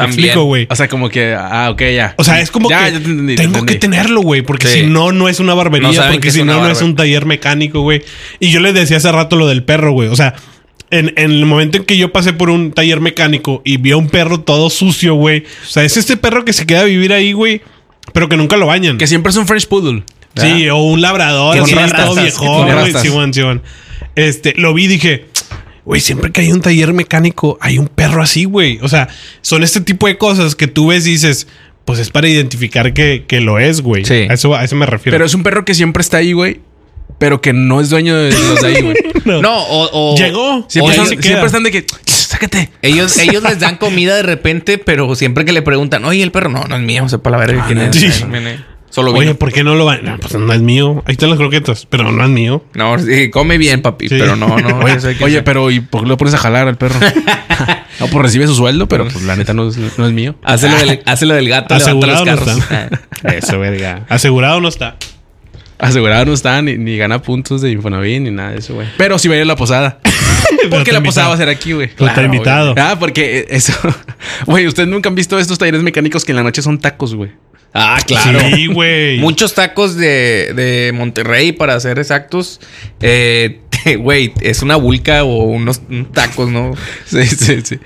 Speaker 1: También.
Speaker 3: explico, güey.
Speaker 2: O sea, como que, ah, ok, ya.
Speaker 3: O sea, es como
Speaker 2: Ya,
Speaker 3: que
Speaker 2: ya te entendí, te
Speaker 3: tengo
Speaker 2: entendí.
Speaker 3: que tenerlo, güey, porque
Speaker 1: Sí.
Speaker 3: si no, no es una barbería,
Speaker 1: No saben que
Speaker 3: porque
Speaker 1: es
Speaker 3: si
Speaker 1: una
Speaker 3: no, no
Speaker 1: barbe-
Speaker 3: es un taller mecánico, güey. Y yo les decía hace rato lo del perro, güey. O sea, en, en el momento en que yo pasé por un taller mecánico y vi a un perro todo sucio, güey. O sea, es este perro que se queda a vivir ahí, güey, pero que nunca lo bañan.
Speaker 2: Que siempre es un French Poodle.
Speaker 3: Sí, o un labrador,
Speaker 1: Que
Speaker 3: así,
Speaker 1: tiene
Speaker 3: todo
Speaker 1: rastas,
Speaker 3: viejo,
Speaker 1: que tiene
Speaker 3: güey,
Speaker 2: rastas.
Speaker 3: Simón, Simón. Este, lo vi y dije, güey, siempre que hay un taller mecánico, hay un perro así, güey. O sea, son este tipo de cosas que tú ves y dices, pues es para identificar que, que lo es, güey.
Speaker 1: Sí.
Speaker 3: A eso, a eso me refiero.
Speaker 2: Pero es un perro que siempre está ahí, güey. Pero que no es dueño de los de ahí, güey.
Speaker 1: No, o, o-
Speaker 3: Llegó.
Speaker 2: Siempre,
Speaker 1: Oye,
Speaker 2: están,
Speaker 3: se queda.
Speaker 2: siempre están de que, sácate.
Speaker 1: Ellos, ellos les dan comida de repente, pero siempre que le preguntan, oye, el perro, no, no es mío, sepa la verga quién es.
Speaker 3: Ah, Sí.
Speaker 1: Ay, no viene. Solo
Speaker 3: Oye,
Speaker 1: vino.
Speaker 3: ¿por qué no lo van? No, pues no es mío. Ahí están las croquetas, pero no es mío.
Speaker 1: No, sí, come bien, papi,
Speaker 3: Sí.
Speaker 1: pero no, no.
Speaker 2: Oye,
Speaker 1: eso hay que
Speaker 2: oye,
Speaker 1: hacer.
Speaker 2: pero ¿y por qué lo pones a jalar al perro? no, pues recibe su sueldo, pero pues, la neta no es, no es mío.
Speaker 1: Hace lo del, hace lo del gato, levanta los
Speaker 3: Asegurado no
Speaker 1: carros.
Speaker 3: está. Eso, verga. Asegurado no está.
Speaker 2: Asegurado no está, ni, ni gana puntos de Infonavit, ni nada de eso, güey. Pero si va a ir a la posada.
Speaker 3: Pero
Speaker 2: Porque
Speaker 3: te
Speaker 2: la
Speaker 3: invitado.
Speaker 2: posada va a ser aquí, güey.
Speaker 3: Pero está
Speaker 1: Claro,
Speaker 3: invitado.
Speaker 2: Ah, porque eso. Güey, ustedes nunca han visto estos talleres mecánicos que en la noche son tacos, güey.
Speaker 1: Ah, claro.
Speaker 3: Sí, güey.
Speaker 1: Muchos tacos de, de Monterrey, para ser exactos. Eh, te- Güey, es una vulca o unos tacos, ¿no?
Speaker 2: Sí, sí, sí.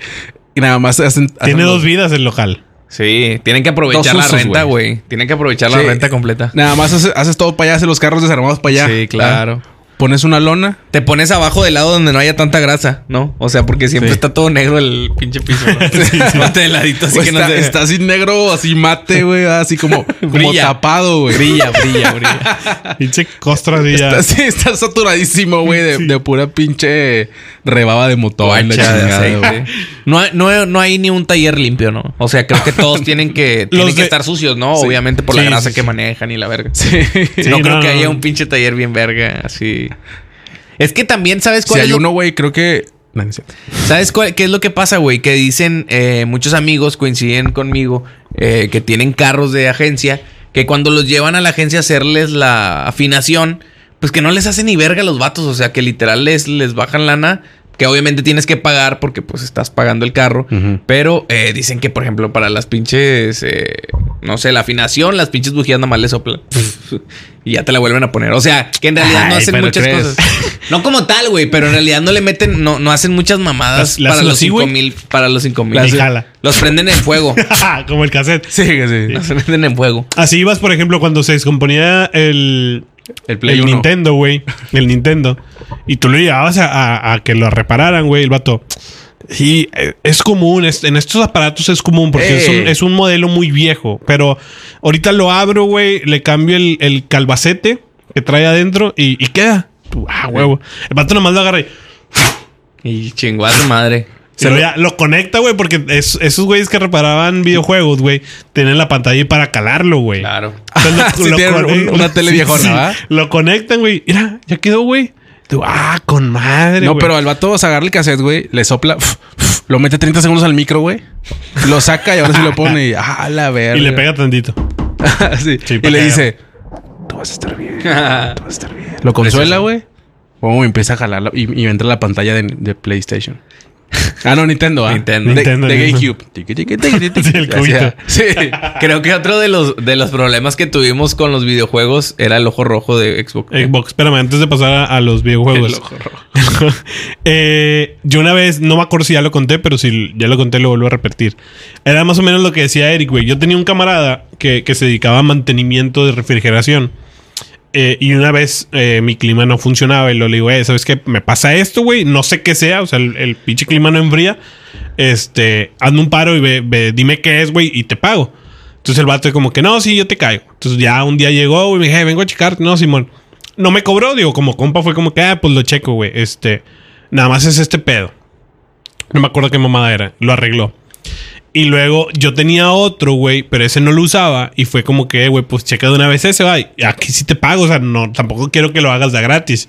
Speaker 2: Y nada más hacen.
Speaker 3: Tiene
Speaker 2: hacen
Speaker 3: dos vidas el local.
Speaker 1: Sí, tienen que aprovechar
Speaker 2: Dos
Speaker 1: la
Speaker 2: usos,
Speaker 1: renta, güey. Tienen que aprovechar la
Speaker 2: Sí.
Speaker 1: renta completa.
Speaker 2: Nada más haces, haces todo para allá, haces los carros desarmados para allá.
Speaker 1: Sí, claro.
Speaker 2: Ah, Pones una lona.
Speaker 1: Te pones abajo del lado donde no haya tanta grasa, ¿no? O sea, porque siempre
Speaker 2: Sí.
Speaker 1: está todo negro el pinche piso. ¿no? Ponte de ladito, así
Speaker 2: o
Speaker 1: que no
Speaker 2: está,
Speaker 1: se
Speaker 2: está así negro, así mate, güey. ah, Así como, como
Speaker 1: Brilla.
Speaker 2: tapado, güey.
Speaker 1: brilla, brilla, brilla.
Speaker 3: Pinche costra de ya.
Speaker 2: Está, sí, está saturadísimo, güey, de, de pura pinche rebaba de motor. la
Speaker 1: Guacha de
Speaker 2: chingada,
Speaker 1: aceite.
Speaker 2: güey.
Speaker 1: No, hay- no, no hay ni un taller limpio, ¿no? O sea, creo que todos tienen que tienen
Speaker 3: Los
Speaker 1: que
Speaker 3: de-
Speaker 1: estar sucios, ¿no? Obviamente por la
Speaker 3: Sí,
Speaker 1: grasa
Speaker 3: sí,
Speaker 1: que
Speaker 3: sí.
Speaker 1: manejan y la verga.
Speaker 2: Sí.
Speaker 3: Sí,
Speaker 1: no creo
Speaker 3: no,
Speaker 1: que
Speaker 3: no,
Speaker 1: haya
Speaker 3: no.
Speaker 1: un pinche taller bien verga, así. Es que también, ¿sabes
Speaker 2: Si
Speaker 1: cuál es
Speaker 2: hay
Speaker 1: lo
Speaker 2: uno, güey, creo que. No, no es cierto.
Speaker 1: ¿Sabes cuál- qué es lo que pasa, güey? Que dicen eh, muchos amigos, coinciden conmigo, eh, que tienen carros de agencia, que cuando los llevan a la agencia a hacerles la afinación, pues que no les hacen ni verga a los vatos, o sea, que literal les, les bajan lana, que obviamente tienes que pagar porque pues estás pagando el carro,
Speaker 2: Ujú.
Speaker 1: pero eh, dicen que, por ejemplo, para las pinches, eh, no sé, la afinación, las pinches bujías nada más le soplan y ya te la vuelven a poner, o sea, que en realidad no
Speaker 2: Ay,
Speaker 1: hacen
Speaker 2: pero
Speaker 1: muchas
Speaker 2: ¿crees?
Speaker 1: cosas. No como tal, güey, pero en realidad no le meten, no, no hacen muchas
Speaker 3: Las- las
Speaker 1: mamadas para,
Speaker 3: hacen
Speaker 1: los
Speaker 3: así,
Speaker 1: cinco
Speaker 3: güey.
Speaker 1: mil, para los 5000.
Speaker 3: Las-
Speaker 1: mil.
Speaker 3: jala.
Speaker 1: Los prenden en fuego.
Speaker 3: Como el cassette.
Speaker 2: Sí, sí.
Speaker 1: los prenden en fuego.
Speaker 3: Así ibas, por ejemplo, cuando se descomponía el,
Speaker 2: El Play
Speaker 3: el
Speaker 2: 1.
Speaker 3: Nintendo, güey. El Nintendo. Y tú lo llevabas a, a- a que lo repararan, güey, el vato. Y eh, es común, es- en estos aparatos es común, porque es,
Speaker 2: Eh.
Speaker 3: un, es un modelo muy viejo. Pero ahorita lo abro, güey, le cambio el, el calvacete que trae adentro y, y queda. Tú, Ah, huevo. El vato nomás lo agarra y
Speaker 1: Y chingada madre.
Speaker 3: se lo, ya- lo conecta, güey, porque es- esos güeyes que reparaban videojuegos, güey, tienen la pantalla ahí para calarlo, güey.
Speaker 1: Claro.
Speaker 3: Entonces,
Speaker 2: Sí, tienen
Speaker 3: con-
Speaker 2: un- una tele viejona, ¿va?
Speaker 3: Lo conectan, güey. Mira, ya quedó, güey. Tú, ah, con madre.
Speaker 2: No,
Speaker 3: güey.
Speaker 2: pero al vato vas a agarrar el cassette, güey, le sopla, f- f- lo mete 30 segundos al micro, güey, lo saca y ahora sí lo pone y ah, la verga.
Speaker 3: Y le pega tantito.
Speaker 2: Sí.
Speaker 3: Sí,
Speaker 2: y
Speaker 3: para
Speaker 2: le
Speaker 3: que
Speaker 2: dice, tú vas a estar bien, tú vas a estar bien. Lo consuela, güey. Pum, empieza a jalarlo y, y entra a la pantalla de, de PlayStation. Ah, no, Nintendo, ah.
Speaker 1: Nintendo.
Speaker 2: De,
Speaker 3: Nintendo,
Speaker 2: de
Speaker 3: Nintendo.
Speaker 2: GameCube. Tiqui, tiqui, tiqui, tiqui,
Speaker 3: Sí, el
Speaker 2: tiqui, así,
Speaker 3: cubito.
Speaker 2: ah. Sí.
Speaker 1: Creo que otro de los, de los problemas que tuvimos con los videojuegos era el ojo rojo de Xbox.
Speaker 3: Xbox, espérame, antes de pasar a, a los videojuegos.
Speaker 2: El ojo rojo.
Speaker 3: Eh, yo una vez, no me acuerdo si ya lo conté, pero si ya lo conté, lo vuelvo a repetir. Era más o menos lo que decía Eric, güey. Yo tenía un camarada que, que se dedicaba a mantenimiento de refrigeración. Eh, y una vez eh, mi clima no funcionaba y lo le digo, eh, ¿sabes qué? Me pasa esto, güey. No sé qué sea. O sea, el, el pinche clima no enfría. Este, hazme un paro y ve, ve, dime qué es, güey, y te pago. Entonces el vato es como que, no, sí, yo te caigo. Entonces ya un día llegó, güey, me dije, "Eh, vengo a checar. No, Simón. No me cobró, digo, como compa fue como que, ah, pues lo checo, güey. Este, nada más es este pedo. No me acuerdo qué mamada era. Lo arregló. Y luego yo tenía otro, güey, pero ese no lo usaba. Y fue como que, güey, pues checa de una vez ese, va. y Aquí sí te pago, o sea, no, tampoco quiero que lo hagas de gratis.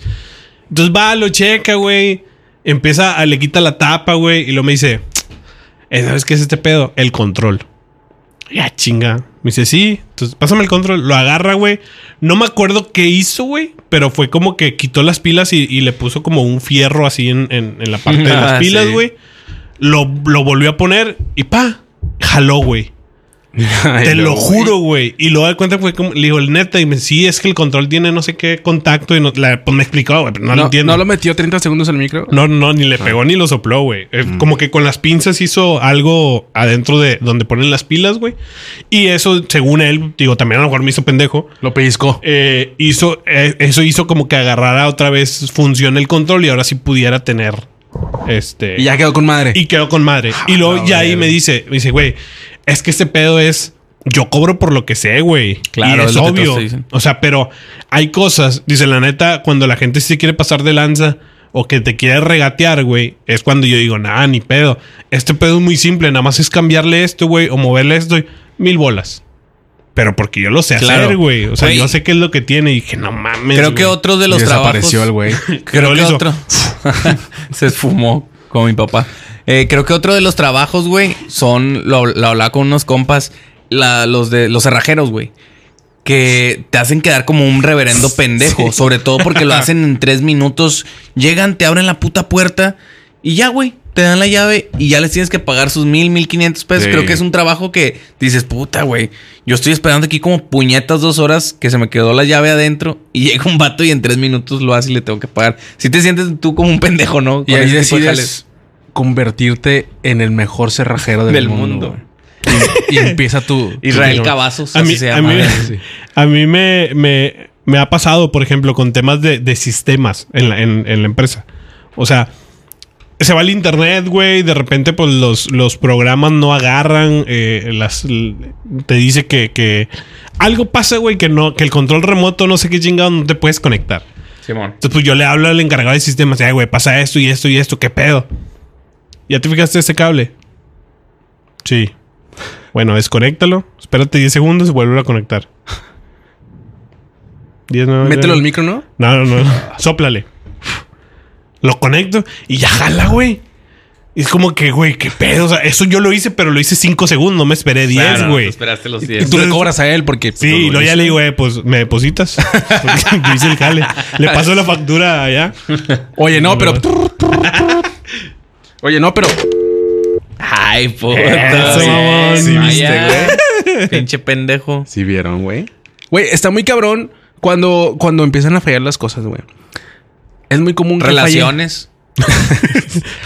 Speaker 3: Entonces va, lo checa, güey. Empieza a le quita la tapa, güey. Y luego me dice, "Eh, ¿sabes qué es este pedo? El control. Ya chinga. Me dice, sí. Entonces, pásame el control. Lo agarra, güey. No me acuerdo qué hizo, güey. Pero fue como que quitó las pilas y, y le puso como un fierro así en, en- en la parte de
Speaker 1: Ah,
Speaker 3: las pilas,
Speaker 1: sí.
Speaker 3: güey. Lo, lo volvió a poner y pa, jaló, güey.
Speaker 2: Ay,
Speaker 3: Te lo
Speaker 2: luego, güey.
Speaker 3: juro, güey. Y luego de cuenta fue como, le digo, el neta, y me sí, es que el control tiene no sé qué contacto. Y no, la- pues me explicó, güey, pero no,
Speaker 2: No,
Speaker 3: lo entiendo.
Speaker 2: no lo metió 30 segundos al micro.
Speaker 3: No, no, ni le pegó ni lo sopló, güey. Eh, Como que con las pinzas hizo algo adentro de donde ponen las pilas, güey. Y eso, según él, digo, también a lo mejor me hizo pendejo.
Speaker 2: Lo pellizcó.
Speaker 3: eh, hizo, eh, eso hizo como que agarrara otra vez función el control y ahora sí pudiera tener este.
Speaker 2: Y ya quedó con madre.
Speaker 3: Y quedó con madre.
Speaker 1: Ah,
Speaker 3: Y luego ya ahí me dice, me dice, güey, es que este pedo es. Yo cobro por lo que sé, güey.
Speaker 1: Claro,
Speaker 3: Y
Speaker 1: es
Speaker 3: es
Speaker 1: lo que
Speaker 3: obvio.
Speaker 1: todos te dicen.
Speaker 3: O sea, pero hay cosas. Dice, la neta, cuando la gente se quiere pasar de lanza o que te quiere regatear, güey, es cuando yo digo, nah, ni pedo. Este pedo es muy simple, nada más es cambiarle esto, güey, o moverle esto, y mil bolas. Pero porque yo lo sé
Speaker 1: Claro.
Speaker 3: hacer, güey. O sea,
Speaker 1: Güey.
Speaker 3: yo sé qué es lo que tiene y dije, no mames.
Speaker 1: Creo que
Speaker 3: güey".
Speaker 1: otro de
Speaker 2: Y
Speaker 1: los trabajos.
Speaker 2: desapareció el güey.
Speaker 1: Creo
Speaker 3: Pero
Speaker 1: que
Speaker 3: lo hizo.
Speaker 1: otro. Se esfumó con mi papá. Eh, creo que otro de los trabajos, güey, son. Lo, lo hablaba con unos compas. la- los de los cerrajeros, güey. Que te hacen quedar como un reverendo pendejo. Sobre todo porque lo hacen en tres minutos. Llegan, te abren la puta puerta. Y ya, güey. Te dan la llave y ya les tienes que pagar sus mil, mil quinientos pesos.
Speaker 2: Sí.
Speaker 1: Creo que es un trabajo que dices, puta, güey. Yo estoy esperando aquí como puñetas dos horas que se me quedó la llave adentro y llega un vato y en tres minutos lo hace y le tengo que pagar. Si te sientes tú como un pendejo, ¿no?
Speaker 2: Y
Speaker 1: Con
Speaker 2: ahí
Speaker 1: ese tipo de
Speaker 2: decides
Speaker 1: jales.
Speaker 2: convertirte en el mejor cerrajero del,
Speaker 1: Del mundo.
Speaker 2: mundo. güey. Y, y empieza tu...
Speaker 1: Israel
Speaker 3: Sí, no.
Speaker 1: Cavazos,
Speaker 3: A
Speaker 1: así
Speaker 3: mí,
Speaker 1: se
Speaker 3: a
Speaker 1: llama.
Speaker 3: mí-
Speaker 2: sí.
Speaker 3: a mí me, me- me ha pasado, por ejemplo, con temas de, de sistemas en la, en- en la empresa. O sea, se va el internet, güey, de repente pues los, los programas no agarran, eh, las, l- te dice que, que algo pasa, güey, que, no, que el control remoto, no sé qué chingado, no te puedes conectar.
Speaker 1: Simón.
Speaker 3: Entonces, pues yo le hablo al encargado de sistemas. Ay, güey, pasa esto y esto y esto, ¿qué pedo? ¿Ya te fijaste ese cable? Sí. Bueno, desconéctalo. Espérate 10 segundos y vuelve a conectar. 10, nueve,
Speaker 2: Mételo al
Speaker 3: nueve.
Speaker 2: micro, ¿no?
Speaker 3: No, no, no. Sóplale. Lo conecto y ya jala, güey. Y Es como que, güey, qué pedo. O sea, eso yo lo hice, pero lo hice 5 segundos. No me esperé 10, güey.
Speaker 1: esperaste los
Speaker 2: Y
Speaker 1: diez.
Speaker 2: tú le
Speaker 3: Entonces-
Speaker 2: cobras a él porque...
Speaker 3: Sí, lo ya le digo, eh, pues me depositas. Porque yo hice el jale. Le paso la factura allá.
Speaker 2: Oye, no, pero... Oye, no, pero...
Speaker 1: Ay, puta.
Speaker 3: Eso,
Speaker 1: güey.
Speaker 3: mamón.
Speaker 2: Sí,
Speaker 1: Vaya. Pinche pendejo.
Speaker 2: Sí vieron, güey. Güey, está muy cabrón cuando, cuando empiezan a fallar las cosas, güey. Es muy común que falle.
Speaker 1: Relaciones.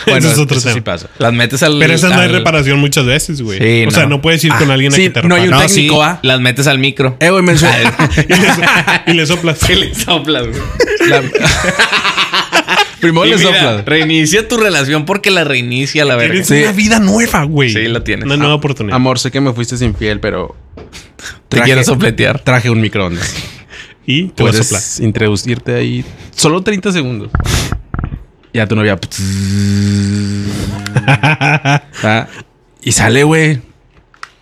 Speaker 1: bueno,
Speaker 3: es
Speaker 1: eso,
Speaker 3: otro tema.
Speaker 1: sí pasa. Las metes al.
Speaker 3: Pero esas no hay
Speaker 1: al-
Speaker 3: reparación muchas veces, güey.
Speaker 1: Sí,
Speaker 3: o sea,
Speaker 1: no.
Speaker 3: no puedes ir con
Speaker 2: Ah,
Speaker 3: alguien a
Speaker 2: sí,
Speaker 3: que te
Speaker 2: no hay un
Speaker 3: repare.
Speaker 1: No, sí,
Speaker 2: técnico, ¿ah?
Speaker 1: las metes al micro.
Speaker 2: Eh, güey, me suena-
Speaker 3: y le soplas.
Speaker 1: Y le soplas, güey.
Speaker 2: La- Primero
Speaker 1: Y
Speaker 2: le
Speaker 1: mira,
Speaker 2: soplas.
Speaker 1: Reinicia tu relación porque la reinicia la verga.
Speaker 3: Tienes
Speaker 2: Sí.
Speaker 3: una vida nueva, güey.
Speaker 1: Sí, la tienes. Ah,
Speaker 3: Una nueva oportunidad.
Speaker 2: Amor, sé que me fuiste infiel, pero.
Speaker 1: Te
Speaker 2: traje-
Speaker 1: quiero sopletear.
Speaker 2: Traje un microondas.
Speaker 3: y te
Speaker 1: Pues
Speaker 3: vas a soplar.
Speaker 2: Puedes introducirte ahí. Solo 30 segundos. Ya tu novia. Ah, Y sale, güey.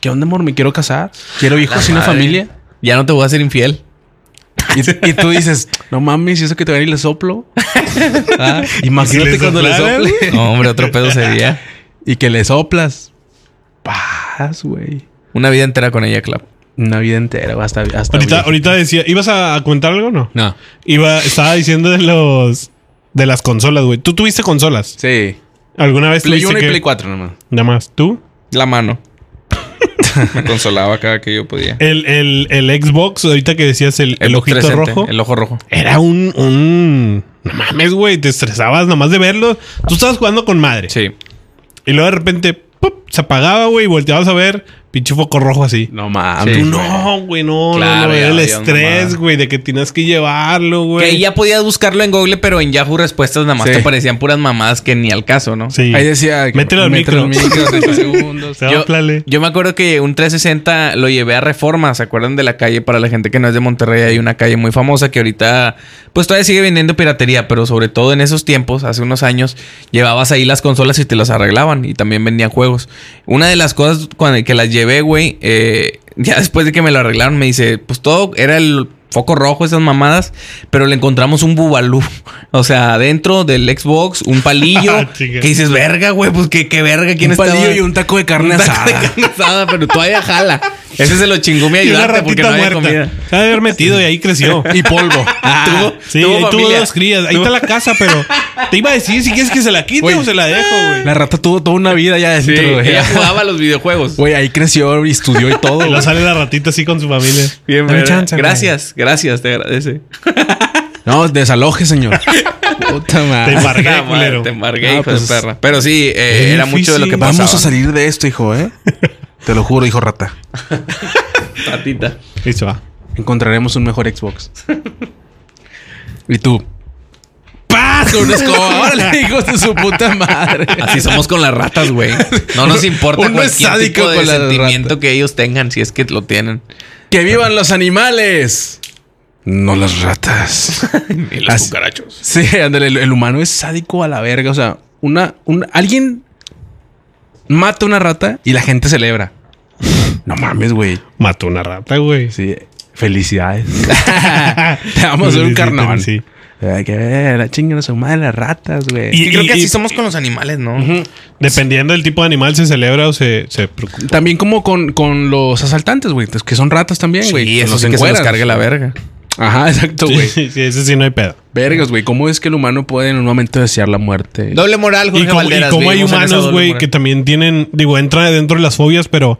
Speaker 2: ¿Qué onda, amor? Me quiero casar. Quiero hijos y una
Speaker 1: Madre,
Speaker 2: familia.
Speaker 1: Ya no te voy a ser infiel.
Speaker 2: Y, y tú dices, no mames, ¿y eso que te van y le soplo. Ah,
Speaker 3: ¿Y si
Speaker 2: Imagínate
Speaker 3: le
Speaker 2: cuando le
Speaker 3: soplaran?
Speaker 2: sople.
Speaker 1: No, hombre, otro pedo sería.
Speaker 2: Y que le soplas. Paz, güey.
Speaker 1: Una vida entera con ella, Clap.
Speaker 2: Una vida entera, güey, hasta, hasta
Speaker 3: Ahorita,
Speaker 2: viejo.
Speaker 3: ahorita decía, ¿ibas a, a comentar algo o no?
Speaker 2: No.
Speaker 3: Iba, estaba diciendo de los de las consolas, güey. ¿Tú tuviste consolas?
Speaker 2: Sí.
Speaker 3: ¿Alguna vez
Speaker 2: Play
Speaker 3: tuviste
Speaker 2: 1 y
Speaker 3: que-
Speaker 2: Play 4 nomás.
Speaker 3: Nada más. ¿Tú?
Speaker 1: La mano. Me consolaba cada que yo podía.
Speaker 3: El, el, el Xbox, ahorita que decías el, el ojito
Speaker 1: 360,
Speaker 3: rojo.
Speaker 1: El ojo rojo.
Speaker 3: Era un, un... No mames, güey. Te estresabas nada más de verlo. Tú estabas jugando con madre.
Speaker 1: Sí.
Speaker 3: Y luego de repente... ¡pup! se apagaba, güey. Y volteabas a ver... Pinche foco rojo así.
Speaker 2: No mames.
Speaker 1: Sí,
Speaker 3: Tú
Speaker 2: Tú
Speaker 3: no, güey. No, no,
Speaker 1: Claro,
Speaker 3: no.
Speaker 1: ya
Speaker 3: Era el
Speaker 1: había una
Speaker 3: estrés,
Speaker 1: mamada.
Speaker 3: güey. De que tienes que llevarlo, güey.
Speaker 1: Que ya podías buscarlo en Google, pero en Yahoo respuestas nada más
Speaker 2: Sí.
Speaker 1: te parecían puras mamadas que ni al caso, ¿no?
Speaker 3: Sí.
Speaker 2: Ahí decía.
Speaker 3: Mételo al micro.
Speaker 2: 30 segundos.
Speaker 1: Yo,
Speaker 3: Sóplale.
Speaker 1: yo me acuerdo que un 360 lo llevé a Reforma, ¿se acuerdan de la calle? Para la gente que no es de Monterrey hay una calle muy famosa que ahorita pues todavía sigue vendiendo piratería, pero sobre todo en esos tiempos, hace unos años, llevabas ahí las consolas y te las arreglaban y también vendían juegos. Una de las cosas cuando, que las llevé, güey, eh, ya después de que me lo arreglaron me dice, pues todo era el foco rojo, esas mamadas, pero le encontramos un bubalú, o sea, adentro del Xbox, un palillo,
Speaker 3: Chinga.
Speaker 1: que dices, verga, güey, pues qué, qué verga, quién
Speaker 2: Un
Speaker 1: estaba?
Speaker 2: palillo y un taco de carne
Speaker 1: Un taco de
Speaker 2: asada.
Speaker 1: carne asada, pero todavía jala. Ese se lo chingó mi
Speaker 3: Y una
Speaker 1: ayudante porque
Speaker 3: ratita
Speaker 1: no había
Speaker 3: muerta.
Speaker 1: comida.
Speaker 3: Se ha de haber metido y ahí creció. Ah,
Speaker 2: Y polvo.
Speaker 1: Tuvo-
Speaker 3: Sí,
Speaker 1: tuvo
Speaker 3: ahí tuvo
Speaker 1: familia.
Speaker 3: dos crías. Ahí está la casa, pero te iba a decir si quieres que se la quite
Speaker 2: Güey.
Speaker 3: o se la dejo, güey.
Speaker 2: La rata tuvo toda una vida ya
Speaker 1: Sí,
Speaker 2: dentro, güey.
Speaker 1: ella jugaba a los videojuegos.
Speaker 2: Güey, ahí creció y estudió y todo.
Speaker 3: Y la
Speaker 2: güey.
Speaker 3: sale la ratita así con su familia.
Speaker 1: Bien,
Speaker 2: Dame
Speaker 1: verga.
Speaker 2: chance, güey.
Speaker 1: gracias, gracias, te agradece.
Speaker 2: No, desaloje, señor. Puta
Speaker 3: Te
Speaker 2: madre.
Speaker 3: embargué,
Speaker 1: Ah, madre,
Speaker 3: culero.
Speaker 1: te embargué,
Speaker 2: Ah,
Speaker 1: hijo
Speaker 2: pues,
Speaker 1: de perra. Pero sí, eh,
Speaker 3: es
Speaker 1: era mucho de lo que
Speaker 3: difícil.
Speaker 1: pasaba.
Speaker 2: Vamos a salir de esto, hijo, ¿eh? Te lo juro, hijo rata.
Speaker 1: Ratita.
Speaker 3: Listo, va.
Speaker 2: Encontraremos un mejor Xbox. Y tú. ¡Paz! Con una escoba. ¡Órale, hijos de su puta madre!
Speaker 1: Así somos con las ratas, güey. No nos importa
Speaker 2: Uno es
Speaker 1: cualquier
Speaker 2: sádico
Speaker 1: tipo de
Speaker 2: con las
Speaker 1: sentimiento que ellos tengan, si es que lo tienen.
Speaker 2: ¡Que vivan los animales! No las ratas.
Speaker 1: Y los
Speaker 2: Así-
Speaker 1: cucarachos.
Speaker 2: Sí, ándale, el, el humano es sádico a la verga. O sea, una, un- alguien mata una rata y la gente celebra. No mames, güey.
Speaker 3: Mató una rata, güey.
Speaker 2: Sí, felicidades. Te vamos a hacer un
Speaker 3: Sí,
Speaker 2: carnaval.
Speaker 3: sí.
Speaker 2: Hay que ver, la chingada su madre las ratas, güey.
Speaker 3: Y-
Speaker 1: Que creo que así somos con los animales, ¿no?
Speaker 3: Dependiendo del tipo de animal se celebra o se, se preocupa.
Speaker 2: También como con, con los asaltantes, güey. pues, Que son ratas también, güey.
Speaker 1: Sí, eso
Speaker 2: los
Speaker 1: sí que se los
Speaker 2: encueran.
Speaker 1: cargue la verga.
Speaker 2: Ajá, exacto,
Speaker 3: Sí,
Speaker 2: güey.
Speaker 3: sí, ese sí no hay pedo.
Speaker 2: Vergas, güey. ¿Cómo es que el humano puede en un momento desear la muerte?
Speaker 1: Doble moral, Jorge
Speaker 3: y como, y
Speaker 1: Valderas.
Speaker 3: como hay
Speaker 1: vivimos en esa
Speaker 3: humanos,
Speaker 1: doble
Speaker 3: güey,
Speaker 1: moral.
Speaker 3: que también tienen, digo, entra dentro de las fobias, pero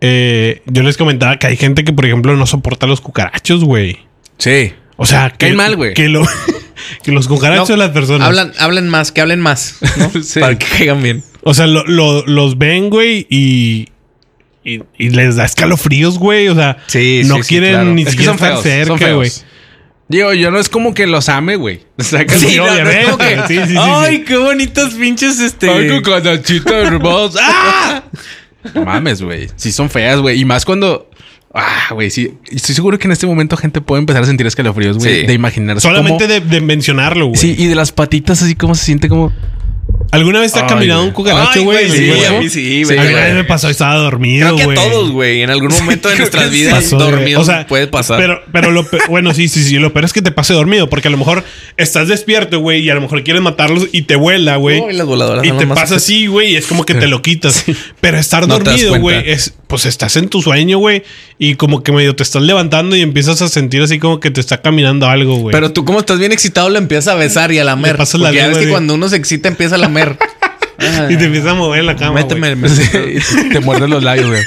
Speaker 3: eh, yo les comentaba que hay gente que, por ejemplo, no soporta los cucarachos, güey.
Speaker 2: Sí.
Speaker 3: O sea, que
Speaker 2: Caen mal, güey.
Speaker 3: Que, lo- que los cucarachos
Speaker 1: No,
Speaker 3: de las personas.
Speaker 1: Hablan, hablan más, que hablen más. ¿no?
Speaker 2: Sí.
Speaker 1: Para que caigan bien.
Speaker 3: O sea, lo- lo- los ven, güey, y, y, y les da escalofríos, güey. O sea,
Speaker 1: Sí, sí,
Speaker 3: no
Speaker 1: sí,
Speaker 3: quieren
Speaker 1: claro.
Speaker 3: ni
Speaker 2: Es que
Speaker 3: siquiera
Speaker 2: son
Speaker 3: estar
Speaker 2: feos. son
Speaker 3: cerca,
Speaker 2: feos.
Speaker 3: güey.
Speaker 2: Digo, yo no es como que los ame, güey. O sea, que
Speaker 3: Sí,
Speaker 2: no- no es
Speaker 3: obviamente.
Speaker 2: como que-
Speaker 3: Sí, sí, sí,
Speaker 1: Ay,
Speaker 3: sí.
Speaker 1: qué bonitos pinches este.
Speaker 2: Ay, cucarachita hermosa. ¡Ah! No mames, güey. Sí son feas, güey. Y más cuando... Ah, güey, sí. Estoy seguro que en este momento gente puede empezar a sentir escalofríos, güey.
Speaker 1: Sí.
Speaker 2: De imaginarse
Speaker 3: Solamente
Speaker 2: cómo-
Speaker 3: de, de mencionarlo, güey.
Speaker 2: Sí, y de las patitas así como se siente como...
Speaker 3: ¿Alguna vez te ha
Speaker 2: Ay,
Speaker 3: caminado
Speaker 2: güey.
Speaker 3: un cucaracho, güey? en el
Speaker 1: Sí,
Speaker 3: cuerpo?
Speaker 1: a mí sí,
Speaker 3: A
Speaker 1: güey.
Speaker 3: mí una vez me pasó, estaba dormido,
Speaker 1: Creo que
Speaker 3: güey.
Speaker 1: a todos, güey. En algún momento de
Speaker 2: creo
Speaker 1: nuestras
Speaker 2: que sí.
Speaker 1: vidas
Speaker 3: Pasó, güey.
Speaker 1: dormidos puede pasar.
Speaker 3: Pero, pero lo pe- bueno, sí, sí, sí. Lo peor es que te pase dormido, porque a lo mejor estás despierto, güey, y a lo mejor quieres matarlos y te vuela, güey.
Speaker 1: No, y las voladoras
Speaker 3: Y
Speaker 1: son
Speaker 3: te
Speaker 1: las más
Speaker 3: pasa así, güey, y es como que te lo quitas. Pero estar
Speaker 1: No te das
Speaker 3: dormido,
Speaker 1: cuenta.
Speaker 3: güey, es pues estás en tu sueño, güey, y como que medio te estás levantando y empiezas a sentir así como que te está caminando algo, güey.
Speaker 1: Pero tú, como estás bien excitado, lo empiezas a besar y a lamer.
Speaker 3: pasas
Speaker 1: Porque
Speaker 3: la
Speaker 1: ya ves
Speaker 3: lengua
Speaker 1: que
Speaker 3: de-
Speaker 1: cuando uno se excita, empieza a lamer.
Speaker 3: y te empieza a mover en la cama.
Speaker 2: Méteme,
Speaker 3: güey.
Speaker 2: me- te muerdes los labios, güey.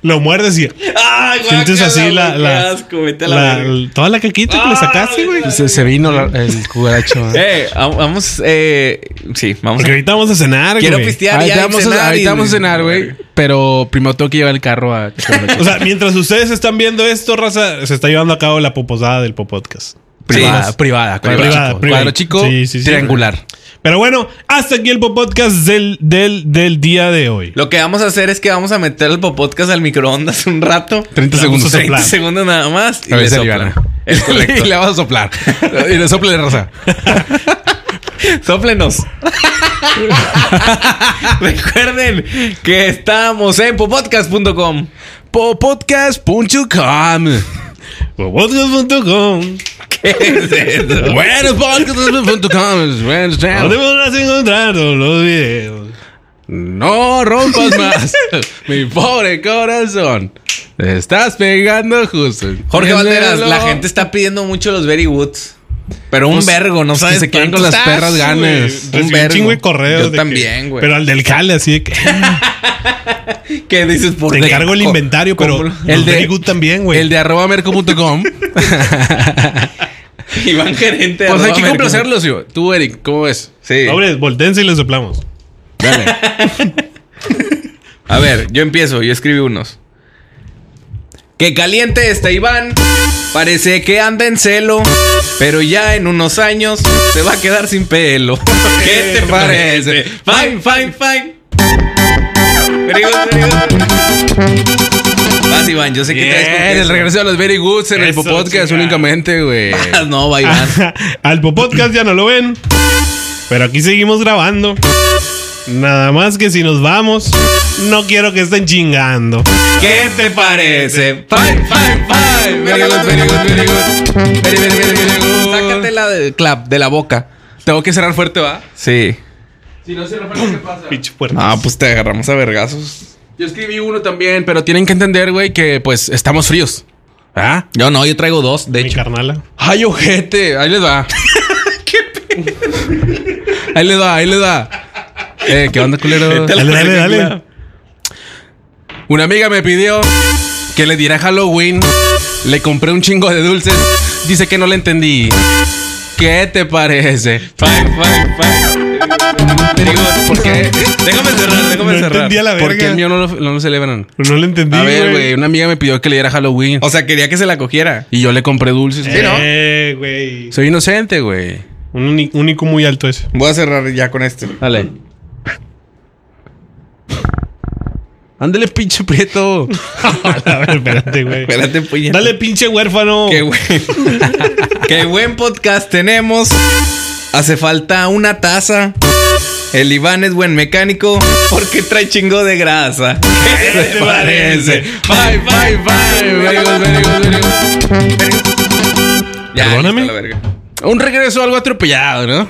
Speaker 3: Lo muerdes y
Speaker 1: Ay,
Speaker 3: sientes
Speaker 1: guácala,
Speaker 3: así la.
Speaker 1: güey,
Speaker 3: la-
Speaker 1: qué asco, vete a la
Speaker 3: la-
Speaker 1: verga. Ah,
Speaker 3: toda la caquita que le sacaste, güey.
Speaker 2: Se, se vino la- el cucaracho. güey.
Speaker 1: Eh, va- vamos, eh, sí, vamos.
Speaker 3: Porque
Speaker 1: a-
Speaker 3: ahorita vamos a cenar,
Speaker 1: Quiero
Speaker 3: güey.
Speaker 1: pistear
Speaker 2: Ahorita
Speaker 1: ya y
Speaker 2: vamos, a,
Speaker 1: cenar y-
Speaker 2: ahorita vamos a cenar, güey. Pero primero tengo que llevar el carro a
Speaker 3: O sea, mientras ustedes están viendo esto, raza, se está llevando a cabo la poposada del Popodcast.
Speaker 2: privada,
Speaker 1: Sí.
Speaker 2: privada, cuadro
Speaker 3: Privada,
Speaker 2: chico,
Speaker 3: privada.
Speaker 2: cuadro chico
Speaker 3: Sí, sí, sí.
Speaker 2: triangular.
Speaker 3: Pero bueno, hasta aquí el Popodcast del, del, del día de hoy.
Speaker 1: Lo que vamos a hacer es que vamos a meter el podcast al microondas un rato.
Speaker 2: 30
Speaker 3: La
Speaker 2: segundos.
Speaker 3: vamos a
Speaker 1: 30
Speaker 3: soplar.
Speaker 1: segundos nada más y
Speaker 2: A
Speaker 1: le
Speaker 2: ver si
Speaker 1: soplan. El
Speaker 2: Y
Speaker 1: colector.
Speaker 2: le vas a soplar. Y le sopla de raza.
Speaker 1: Sóplenos. Recuerden que estamos en popodcast.com.
Speaker 2: Popodcast.com.
Speaker 3: Popodcast.com.
Speaker 1: ¿Qué es eso?
Speaker 2: Buenos podcasts.com. Buenos
Speaker 1: Ah.
Speaker 2: channels.
Speaker 3: Podemos vas a encontrar todos los videos.
Speaker 2: No rompas más. Mi pobre corazón. Te estás pegando justo.
Speaker 1: Jorge Valderas,
Speaker 2: Entiéndelo.
Speaker 1: la gente está pidiendo mucho los Berry Woods. Pero un
Speaker 2: Pues,
Speaker 1: vergo, no
Speaker 2: que
Speaker 1: sabes
Speaker 2: se queden con
Speaker 1: cuántos-
Speaker 2: las perras
Speaker 1: ¡Ah,
Speaker 2: ganas.
Speaker 3: Güey,
Speaker 2: Un
Speaker 3: recibí Un
Speaker 1: vergo.
Speaker 3: chingo de correos.
Speaker 1: Yo
Speaker 3: de que-
Speaker 1: también, güey.
Speaker 3: Pero al del Cale, así de que.
Speaker 1: ¿Qué dices? ¿Por
Speaker 3: Te
Speaker 1: qué?
Speaker 3: encargo el
Speaker 1: Co-
Speaker 3: inventario, pero.
Speaker 1: ¿Cómo
Speaker 2: El
Speaker 3: El
Speaker 2: de-
Speaker 3: de Good también, güey.
Speaker 2: El de arroba
Speaker 1: lo-
Speaker 2: merco.com.
Speaker 1: Iván Gerente.
Speaker 2: Pues hay
Speaker 1: arroba
Speaker 2: que
Speaker 1: Mercom.
Speaker 2: complacerlos, yo. Tú, Eric, ¿cómo ves?
Speaker 1: Sí.
Speaker 3: Hombre, voltense y les soplamos.
Speaker 2: Dale.
Speaker 1: A ver, yo empiezo, yo escribí unos. Que caliente está Iván. Parece que anda en celo. Pero ya en unos años se va a quedar sin pelo. ¿Qué te parece? Fine, fine, fine. Very good, very good. Vas, Iván, yo sé que traes con
Speaker 2: Bien,
Speaker 1: queso.
Speaker 2: el regreso de los Very Goods en el
Speaker 3: Eso,
Speaker 2: podcast
Speaker 3: chingada.
Speaker 2: únicamente, güey.
Speaker 1: Ah, No, va, Iván.
Speaker 3: Al Popodcast ya no lo ven. Pero aquí seguimos grabando. Nada más que si nos vamos, no quiero que estén chingando.
Speaker 1: ¿Qué te parece? Fine, fine, fine. Very good, very good, very good. Very, very, very, very good. Sácatela del clap, de la boca.
Speaker 2: Tengo que cerrar fuerte, ¿va?
Speaker 1: Sí.
Speaker 2: Si no cierro fuerte, ¿qué pasa?
Speaker 3: Pinche puertas.
Speaker 1: Ah, pues te agarramos a vergazos.
Speaker 2: Yo escribí uno también, pero tienen que entender, güey, que pues estamos fríos. ¿Ah?
Speaker 1: Yo no, yo traigo dos, de
Speaker 3: Mi
Speaker 1: hecho.
Speaker 3: carnala.
Speaker 2: ¡Ay, ojete! Ahí les va. Ahí les va, ahí les va. Eh, ¿qué onda, culero?
Speaker 1: Vete a la
Speaker 3: Dale, dale,
Speaker 1: verga,
Speaker 3: dale.
Speaker 1: claro.
Speaker 2: Una amiga me pidió que le diera Halloween. Le compré un chingo de dulces. Dice que no le entendí. ¿Qué te parece?
Speaker 1: Fine, fine, fine. Te digo, ¿por qué? Déjame cerrar, déjame
Speaker 3: No
Speaker 1: cerrar.
Speaker 3: entendí a la
Speaker 2: ¿Por qué el
Speaker 3: verga.
Speaker 2: mío no lo, no lo celebran?
Speaker 3: No lo entendí,
Speaker 2: A ver,
Speaker 3: güey.
Speaker 2: güey, una amiga me pidió que le diera Halloween.
Speaker 1: O sea, quería que se la cogiera.
Speaker 2: Y yo le compré dulces.
Speaker 1: Sí, ¿no?
Speaker 3: Eh, güey.
Speaker 2: Soy inocente, güey.
Speaker 3: Un uni- único muy alto ese.
Speaker 1: Voy a cerrar ya con este.
Speaker 2: Dale. Ándale, pinche prieto.
Speaker 3: A ver, espérate, güey.
Speaker 1: Espérate, puñet.
Speaker 3: Dale, pinche huérfano.
Speaker 1: Qué buen, qué buen podcast tenemos. Hace falta una taza. El Iván es buen mecánico porque trae chingo de grasa. ¿Qué te parece? Bye, bye, bye. Very good, very good, very good. Ya,
Speaker 3: Perdóname.
Speaker 1: listo, la verga.
Speaker 2: Un regreso algo atropellado, ¿no?